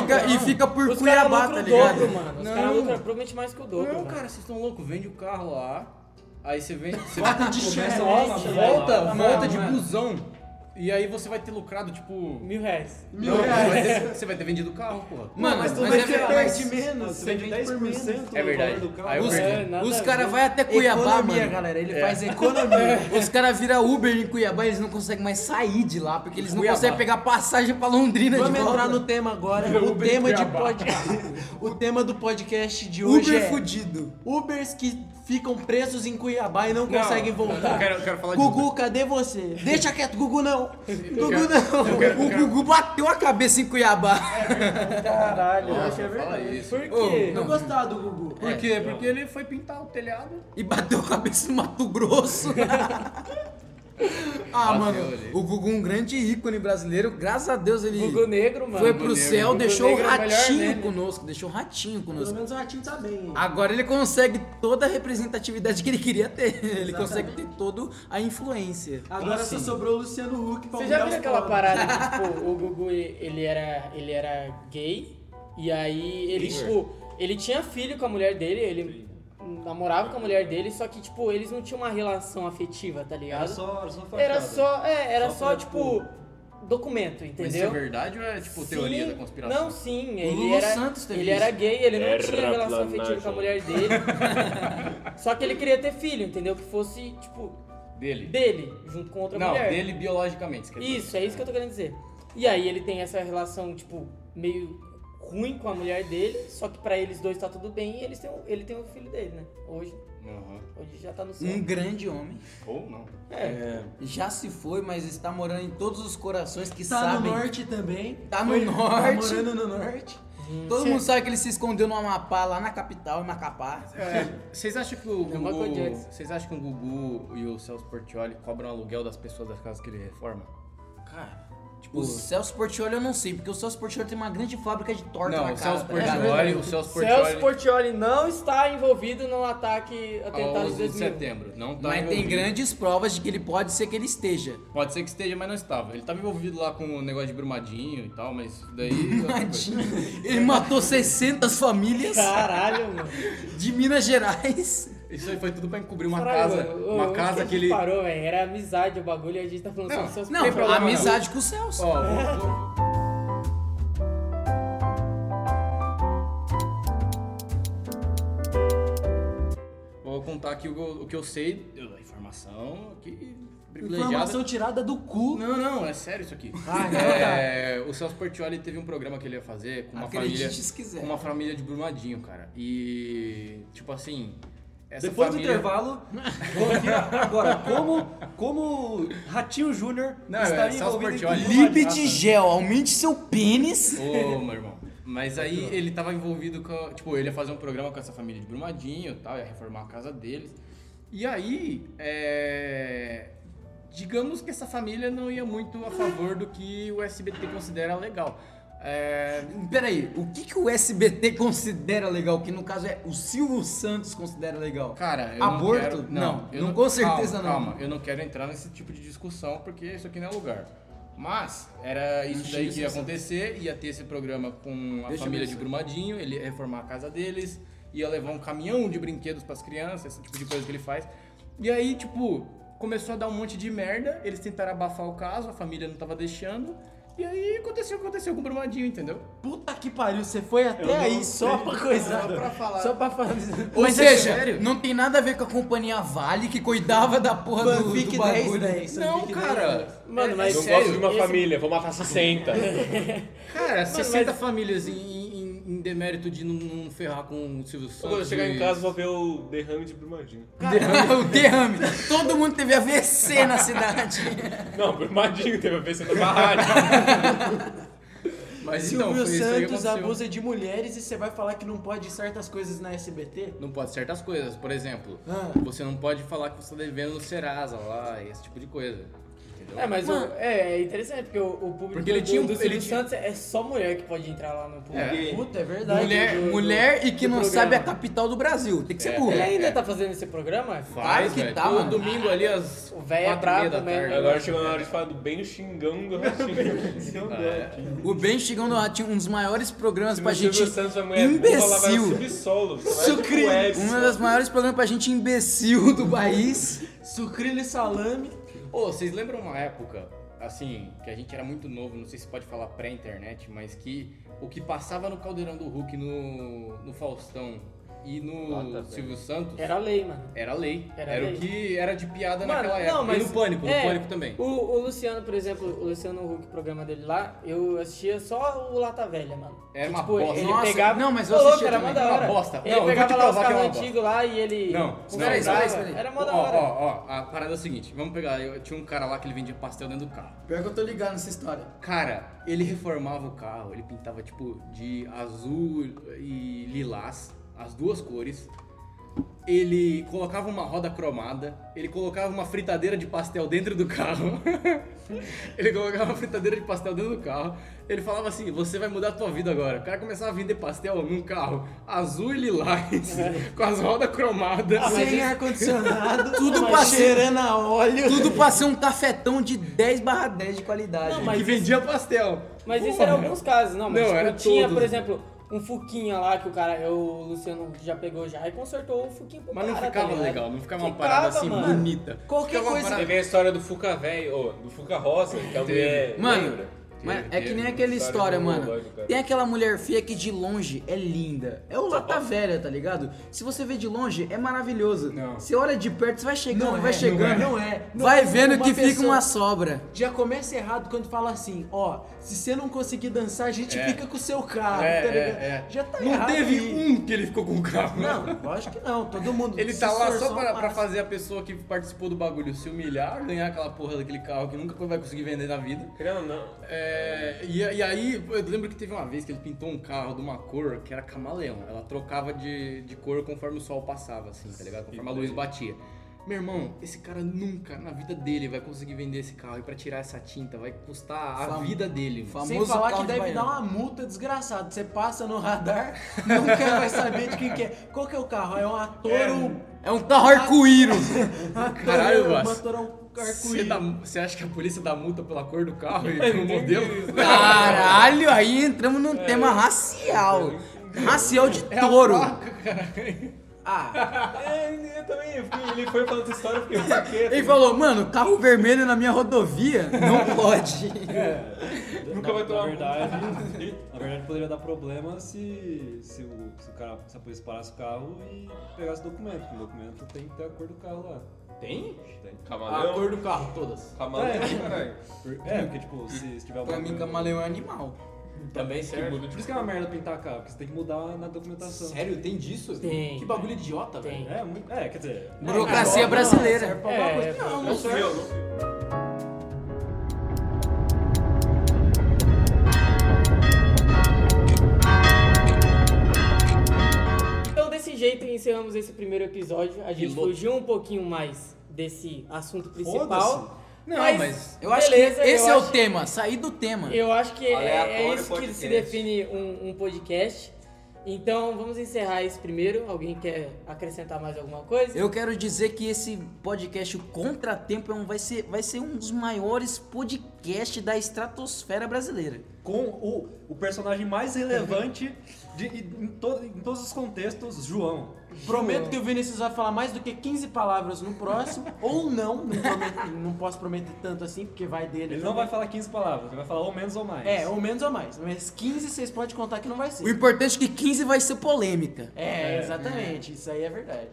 S8: fica, e fica por
S2: Os caras
S8: Cuiabá,
S2: lucram
S8: tá
S2: o
S8: ligado?
S2: dobro, mano. Os caras
S8: Não.
S2: lucram provavelmente mais que o dobro.
S7: Não,
S2: velho.
S7: cara, vocês estão loucos. Vende o carro lá, aí você vende. Você
S8: de
S7: começa
S8: chefe.
S7: uma volta, né?
S8: Não,
S7: volta de
S8: não é.
S7: busão. E aí você vai ter lucrado, tipo.
S2: Mil reais.
S7: Mil reais. Você vai ter vendido o carro, porra.
S8: Mano, mas,
S3: Mas tu
S8: é,
S3: vai ter
S8: verdade.
S3: mais de menos. Você vende 10% do
S7: É verdade.
S3: valor do carro.
S7: Aí eu
S8: Os,
S7: perdi.
S2: É, nada
S8: os
S2: a
S8: caras
S2: ver.
S8: vão até Cuiabá,
S4: economia,
S8: mano. É.
S4: galera. Ele faz economia.
S8: Os caras viram Uber em Cuiabá, eles não conseguem mais sair de lá, porque eles não
S7: Cuiabá.
S8: conseguem pegar passagem pra Londrina
S4: Vamos
S8: de volta.
S4: entrar no tema agora. O
S7: Uber
S4: tema, de
S7: Cuiabá.
S4: podcast, o tema do podcast de hoje
S8: Uber
S4: é
S8: fudido.
S4: Ubers que ficam presos em Cuiabá e não,
S7: Não,
S4: conseguem voltar.
S7: eu quero- eu quero falar de
S4: Gugu, cadê você? Deixa quieto, Gugu não. Gugu
S7: quero-
S4: não.
S7: Eu quero- eu
S8: O
S7: quero-
S8: Gugu bateu a cabeça em Cuiabá.
S2: Caralho, eu
S7: Nossa,
S2: achei
S7: fala
S2: verdade.
S7: isso.
S2: Por
S8: Ô,
S2: quê?
S4: Eu gostava do Gugu.
S7: Por quê? Porque ele foi pintar o telhado.
S8: E bateu a cabeça no Mato Grosso. Ah,
S7: Bateu
S8: mano,
S7: ali.
S8: o Gugu é um grande ícone brasileiro. Graças a Deus ele
S2: Gugu Negro, mano.
S8: foi
S2: Gugu
S8: pro
S2: Negro.
S8: céu,
S2: Gugu
S8: deixou o
S2: Negro é o melhor
S8: ratinho
S2: meme.
S8: conosco, deixou o ratinho
S4: Pelo
S8: conosco.
S4: menos o ratinho tá bem. hein?
S8: Agora ele consegue toda a representatividade que ele queria ter. Ele consegue ter toda a influência.
S4: Agora só sobrou o Luciano Huck pra
S2: Você já
S4: mudar
S2: viu
S4: os
S2: aquela
S4: pobres.
S2: parada que, tipo, o Gugu, ele era, ele era gay, e aí ele, tipo, ele tinha filho com a mulher dele, ele namorava com a mulher dele, só que, tipo, eles não tinham uma relação afetiva, tá ligado?
S3: Era só, era só fachada.
S2: Era só, é, era
S3: Só
S2: só,
S3: pra,
S2: tipo, documento,
S7: Mas isso é
S2: entendeu?
S7: verdade ou é tipo teoria
S2: Sim.
S7: da conspiração?
S2: Não, sim,
S8: O
S2: ele
S8: Lulu
S2: era
S8: Santos teve
S2: ele
S8: isso.
S2: era gay, ele não
S5: Era
S2: tinha relação afetiva com a
S5: planagem.
S2: mulher dele. Só que ele queria ter filho, entendeu? Que fosse tipo
S7: Dele.
S2: dele junto com outra
S7: Não,
S2: mulher.
S7: dele biologicamente. quer dizer.
S2: Isso, é isso que eu tô querendo dizer. E aí ele tem essa relação tipo meio ruim com a mulher dele, só que pra eles dois tá tudo bem e eles têm, um- ele tem o filho dele, né? Hoje,
S7: Aham.
S2: hoje já tá no céu.
S8: Um
S7: Hum.
S8: grande homem.
S7: Ou não.
S8: Já se foi, mas está morando em todos os corações que
S4: Tá
S8: sabem.
S4: no norte também.
S8: Tá no
S4: Foi-
S8: norte.
S4: Tá morando no norte.
S8: Todo mundo sabe que ele se escondeu no Amapá, lá na capital, em Macapá.
S7: Vocês acham que o
S2: É o Michael
S7: Gugu,
S2: Jackson.
S7: vocês acham que o Gugu e o Celso Portioli cobram aluguel das pessoas das casas que ele reforma?
S8: Cara, tipo, o Celso Portioli eu não sei, porque o Celso Portioli tem uma grande fábrica de torta
S7: Não,
S8: na
S7: o
S8: casa.
S7: Celso
S8: tá ligado?
S7: Portioli, o
S2: Celso
S7: Celso Portioli
S2: Portioli não está envolvido no Um ataque atentado
S7: ao
S2: de
S7: 11 de
S2: 2000.
S7: setembro, não tá
S8: Mas tem
S7: envolvido.
S8: grandes provas de que ele pode ser que ele esteja.
S7: Pode ser que esteja, mas não estava. Ele estava envolvido lá com o negócio de Brumadinho e tal, mas daí é outra coisa.
S8: Tadinho. Ele matou 600 famílias
S2: Caralho, mano.
S8: de Minas Gerais.
S7: Isso aí foi tudo pra encobrir uma
S2: Caralho,
S7: casa,
S2: mano,
S7: uma
S2: onde a
S7: casa
S2: gente
S7: que ele
S2: parou, velho. Era amizade o bagulho e a gente tá falando
S7: Não,
S2: sobre seus
S8: Não,
S2: Tem problema,
S8: amizade com o Celso.
S7: Ó, vou- vou- Vou contar aqui o, que eu- o que eu sei, eu- a informação que privilegiada.
S4: Informação tirada do cu.
S7: Não, não, é sério isso aqui.
S4: Ah, então
S7: é, o Celso Portioli teve um programa que ele ia fazer com uma
S8: Acredite
S7: família,
S8: se quiser.
S7: com uma família de Brumadinho, cara. E tipo assim, essa
S3: Depois
S7: família...
S3: do intervalo, vamos ver agora, como, como Ratinho Júnior
S7: Não, é
S3: estaria
S7: Celso
S3: envolvido em
S7: Portiolli.
S3: Brumadinho?
S8: Libe de gel, aumente seu pênis.
S7: Ô, meu irmão. Mas aí ele tava envolvido com. Tipo, ele ia fazer um programa com essa família de Brumadinho e tal, ia reformar a casa deles. E aí, é. Digamos que essa família não ia muito a favor do que o SBT considera legal. É.
S8: Peraí, o que, que o SBT considera legal? Que no caso é o Silvio Santos considera legal.
S7: Cara, eu
S8: Aborto?
S7: não quero...
S8: Não,
S7: eu
S8: não, com certeza
S7: calma,
S8: não.
S7: Calma, eu não quero entrar nesse tipo de discussão porque isso aqui não é lugar. Mas era isso daí que ia
S8: assim.
S7: acontecer, ia ter esse programa com a família de Brumadinho, ele ia reformar a casa deles, ia levar um caminhão de brinquedos pras crianças, esse tipo de coisa que ele faz. E aí, tipo, começou a dar um monte de merda, eles tentaram abafar o caso, a família não tava deixando, e aí aconteceu o que aconteceu com o Brumadinho, entendeu?
S4: Puta que pariu, você foi até aí só pra coisar. Só pra falar. Só pra falar.
S7: Então,
S8: Ou
S4: Mas é
S8: seja,
S4: sério?
S8: não tem nada a ver com a companhia Vale que cuidava da porra do, do
S4: Fanfic 10,
S8: bagulho.
S4: 10.
S7: Não, cara. É,
S2: Mano, mas
S5: Não
S2: sério,
S5: gosto de uma
S2: esse-
S5: família, vou matar 60.
S7: Cara, 60
S2: 60
S7: famílias em, demérito de não, ferrar com o Silvio Santos.
S5: Quando eu chegar em casa, vou ver o derrame de Brumadinho.
S8: o derrame. Todo mundo teve AVC na cidade.
S5: Não, Brumadinho teve a versão da barragem.
S7: Mas então,
S4: Silvio
S7: foi isso aí que
S4: Santos
S7: aconteceu.
S4: abusa de mulheres e você vai falar que não pode certas coisas na SBT?
S7: Não pode certas coisas, por exemplo,
S4: Ah.
S7: você não pode falar que você tá devendo no Serasa lá, esse tipo de coisa. Entendeu?
S2: É, mas o- é, é interessante, porque o, o público
S7: Porque ele
S2: do,
S7: tinha um-
S2: do
S7: ele
S2: Silvio
S7: tinha-
S2: Santos é só mulher que pode entrar lá no público.
S7: É.
S4: Puta, é verdade.
S7: Mulher,
S2: do-
S8: Mulher e que
S2: do
S8: não
S2: programa.
S8: sabe a capital do Brasil. Tem que ser
S7: É.
S8: burro.
S2: Ele ainda tá fazendo esse programa?
S7: faz,
S8: que
S7: velho.
S8: tá,
S7: Todo
S8: mano.
S7: domingo ali às
S2: O véio é
S7: quatro e meia
S2: brabo
S7: da
S2: também.
S7: tarde.
S5: Agora chegou na hora de falar do bem xingão do ratinho.
S8: O Ben chegando lá tinha um dos maiores programas
S5: Se
S8: pra
S5: não
S8: gente.
S5: Silvio Santos, a mulher burra, ela vai ao
S8: imbecil.
S5: subsolo.
S8: Sucrilho. Um dos maiores programas pra gente imbecil do país.
S4: Sucrilho e salame.
S7: Ô, vocês lembram uma época, assim, que a gente era muito novo, não sei se pode falar pré-internet, mas que o que passava no Caldeirão do Hulk, no, no Faustão e no
S8: Ah, tá
S7: Silvio Santos,
S2: Era lei, mano.
S7: era lei. Era,
S2: Era
S7: o
S2: lei.
S7: que era de piada
S2: Mano,
S7: naquela
S2: não,
S7: época.
S2: mas-
S7: e no Pânico,
S2: é,
S7: no Pânico também.
S2: O, o Luciano, por exemplo, o Luciano Huck, o programa dele lá, eu assistia só o Lata Velha, mano.
S7: Era
S2: Que,
S7: uma
S2: tipo,
S7: bosta.
S2: Ele
S8: Nossa,
S2: pegava.
S8: não, mas eu
S2: Ô, louco,
S8: assistia
S2: era mó
S8: também.
S2: da
S7: Era uma
S2: hora.
S7: bosta.
S2: Ele
S7: Não, eu vou te
S2: pegava lá os
S7: provar que é uma
S2: carros
S7: bosta.
S2: antigos lá e ele.
S7: Não,
S2: consertava.
S7: espera aí, espera
S8: aí.
S2: Era mó
S7: Ó,
S2: da
S7: ó,
S2: hora.
S7: ó, a parada é o seguinte, vamos pegar, eu tinha um cara lá que ele vendia pastel dentro do carro.
S8: Pior que eu tô ligado nessa história.
S7: Cara, ele reformava o carro, ele pintava tipo de azul e lilás, as duas cores. ele colocava uma roda cromada, ele colocava uma fritadeira de pastel dentro do carro. ele colocava uma fritadeira de pastel dentro do carro. Ele falava assim: "Você vai mudar a tua vida agora". O cara começava a vender pastel num carro azul e lilás, com as rodas cromadas.
S8: Ah,
S4: Sem ar-condicionado,
S8: Tudo
S4: mas
S8: passando.
S4: Tá cheirando a óleo.
S8: Tudo pra ser um tafetão de 10
S7: é
S8: barra 10 de qualidade.
S2: Não,
S7: que
S2: mas
S7: vendia pastel.
S2: Mas isso
S7: Porra.
S2: era alguns casos, não, mas
S7: Não,
S2: tipo,
S7: era
S2: tinha,
S7: todos.
S2: por exemplo, um Fuquinha lá que o cara, o Luciano já pegou já e consertou o Fuquinha pro
S7: Mas não
S2: cara, tá
S7: ficava
S2: ligado?
S7: legal, não ficava uma parada assim
S2: mano.
S7: bonita.
S2: Qualquer
S7: Ficava é uma
S2: coisa-
S5: Teve a história do Fuca Velho, ou do Fuca Roça, que a mulher.
S8: Mano,
S5: lembra?
S8: mas é que nem
S5: Teve
S8: aquela história,
S5: do
S8: mano.
S5: relógio, cara.
S8: Tem aquela mulher feia que de longe é linda. É o lata velha, tá ligado? Se você vê de longe, é maravilhoso.
S7: Não.
S8: você olha de perto, você vai chegando, vai
S4: é,
S8: chegando.
S4: Não é. Não
S8: Vai
S4: é
S8: vendo que fica
S4: pessoa-
S8: uma sobra.
S4: Já começa errado quando fala assim, ó, se você não conseguir dançar, a gente fica com o seu carro,
S7: É,
S4: tá ligado?
S7: é, é.
S4: Já tá
S7: Não
S4: errado
S7: teve
S4: aí.
S7: um que ele ficou com o carro.
S4: Não, lógico que não, todo mundo.
S7: Ele
S4: se
S7: tá lá só
S4: esforçou,
S7: pra, pra
S4: passa.
S7: fazer a pessoa que participou do bagulho se humilhar, ganhar aquela porra daquele carro que nunca vai conseguir vender na vida.
S5: Querendo ou não.
S7: É, e, e aí, eu lembro que teve uma vez que ele pintou um carro de uma cor que era camaleão. Ela trocava de, de cor conforme o sol passava, assim, tá ligado? Conforme a luz batia. Meu irmão, esse cara nunca na vida dele vai conseguir vender esse carro. E pra tirar essa tinta vai custar a
S8: Fam-
S7: vida dele. mano.
S8: Famoso
S4: Sem falar
S8: carro
S4: que
S8: de
S4: deve
S8: baiano.
S4: dar uma multa desgraçada. Você passa no radar, nunca vai saber de quem que é. Qual que é o carro? É um um Atoro.
S8: É um carro arco-íro.
S4: uma
S7: Caralho,
S4: Toro- uma
S7: Vasco.
S4: Toro
S7: Você
S4: arco-íris.
S7: dá- você acha que a polícia dá multa pela cor do carro e pelo modelo?
S8: Caralho, aí entramos num tema racial. Racial de touro. Ah.
S5: É, eu também. eu fiquei- ele foi falando essa história porque eu fiquei.
S8: Ele falou, mano, carro vermelho na minha rodovia não pode.
S5: Nunca vai tomar
S3: Na verdade, na verdade poderia dar problema se, se, o, se, o cara, se a polícia parasse o carro e pegasse o documento. porque O documento tem que ter a cor do carro lá.
S5: Tem?
S3: Tem.
S5: Camaleão?
S4: A cor do carro, todas.
S5: Camaleão, caralho.
S3: Por- É, porque tipo, se, se tiver
S8: Pra mim,
S7: um
S8: camaleão é animal.
S5: Também serve.
S3: Por isso que é uma merda pintar carro, porque você tem que mudar na documentação.
S7: Sério, tem disso?
S2: Tem.
S7: Que bagulho idiota, velho.
S2: Tem.
S3: É, muito, é, quer dizer,
S8: Burocracia brasileira.
S2: É,
S4: Não,
S5: Não
S4: não
S5: sou eu, não sou eu.
S2: Então, desse jeito, encerramos esse primeiro episódio. A gente
S7: louco.
S2: fugiu um pouquinho mais desse assunto
S3: Foda-se.
S2: principal.
S7: Não, mas
S8: Eu acho
S2: beleza,
S8: que esse
S2: eu
S8: é
S2: acho-
S8: o tema, sair do tema.
S2: Eu acho que é- é,
S5: Aleatório
S2: isso que se
S5: podcast.
S2: define um, um podcast. Então, vamos encerrar esse primeiro. Alguém quer acrescentar mais alguma coisa?
S8: Eu quero dizer que esse podcast, o Contratempo, é um- vai ser, vai ser um dos maiores podcasts da estratosfera brasileira.
S3: com o, o personagem mais relevante de, em, to- em todos os contextos, João.
S4: Prometo que o Vinícius vai falar mais do que 15 palavras no próximo, ou não, não, prometo- não posso prometer tanto assim, porque vai dele.
S3: Ele não vai
S4: também.
S3: falar 15 palavras, ele vai falar ou menos ou mais.
S4: É, ou menos ou mais, mas 15 vocês podem contar que não vai
S8: O
S4: ser.
S8: importante é que 15 vai ser polêmica.
S4: É, exatamente, isso aí é verdade.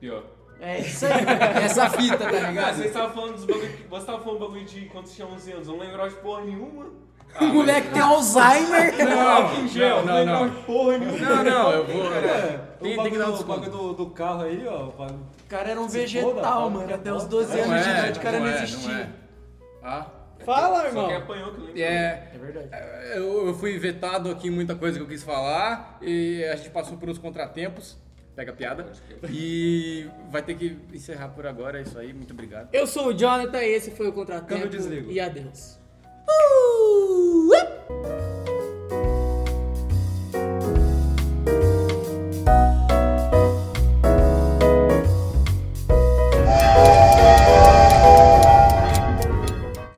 S6: Pior.
S4: É isso aí.
S8: Essa fita, tá
S5: Cara,
S8: ligado?
S5: vocês estavam falando dos bagulho. que- Você tava falando bagulho de quando você tinha 11 anos. Eu Não lembrava de porra nenhuma.
S8: O moleque tem Alzheimer.
S5: Álcool em gel,
S7: não, não.
S5: lembrava de porra nenhuma.
S7: Não, não, eu vou.
S3: Tem, É, o bagulho, do- bagulho do, do carro aí, ó. vai-
S4: O cara era um
S3: foda,
S4: vegetal,
S3: fala
S4: mano.
S3: que
S4: Até
S3: é
S4: os
S3: foda.
S4: 12 anos de
S7: é,
S4: idade o cara não,
S7: é,
S4: existia.
S7: é. Ah,
S2: Fala,
S5: Só
S2: irmão.
S5: quem apanhou que eu lembro.
S7: é.
S4: É verdade.
S7: Eu, eu fui vetado aqui em muita coisa que eu quis falar e a gente passou por uns contratempos. Pega a piada. E vai ter que encerrar por agora. É isso aí. Muito obrigado.
S2: Eu sou o Jonathan e esse foi o Contratempo.
S3: Câmbio desligo.
S2: E adeus.
S8: Uh, ué.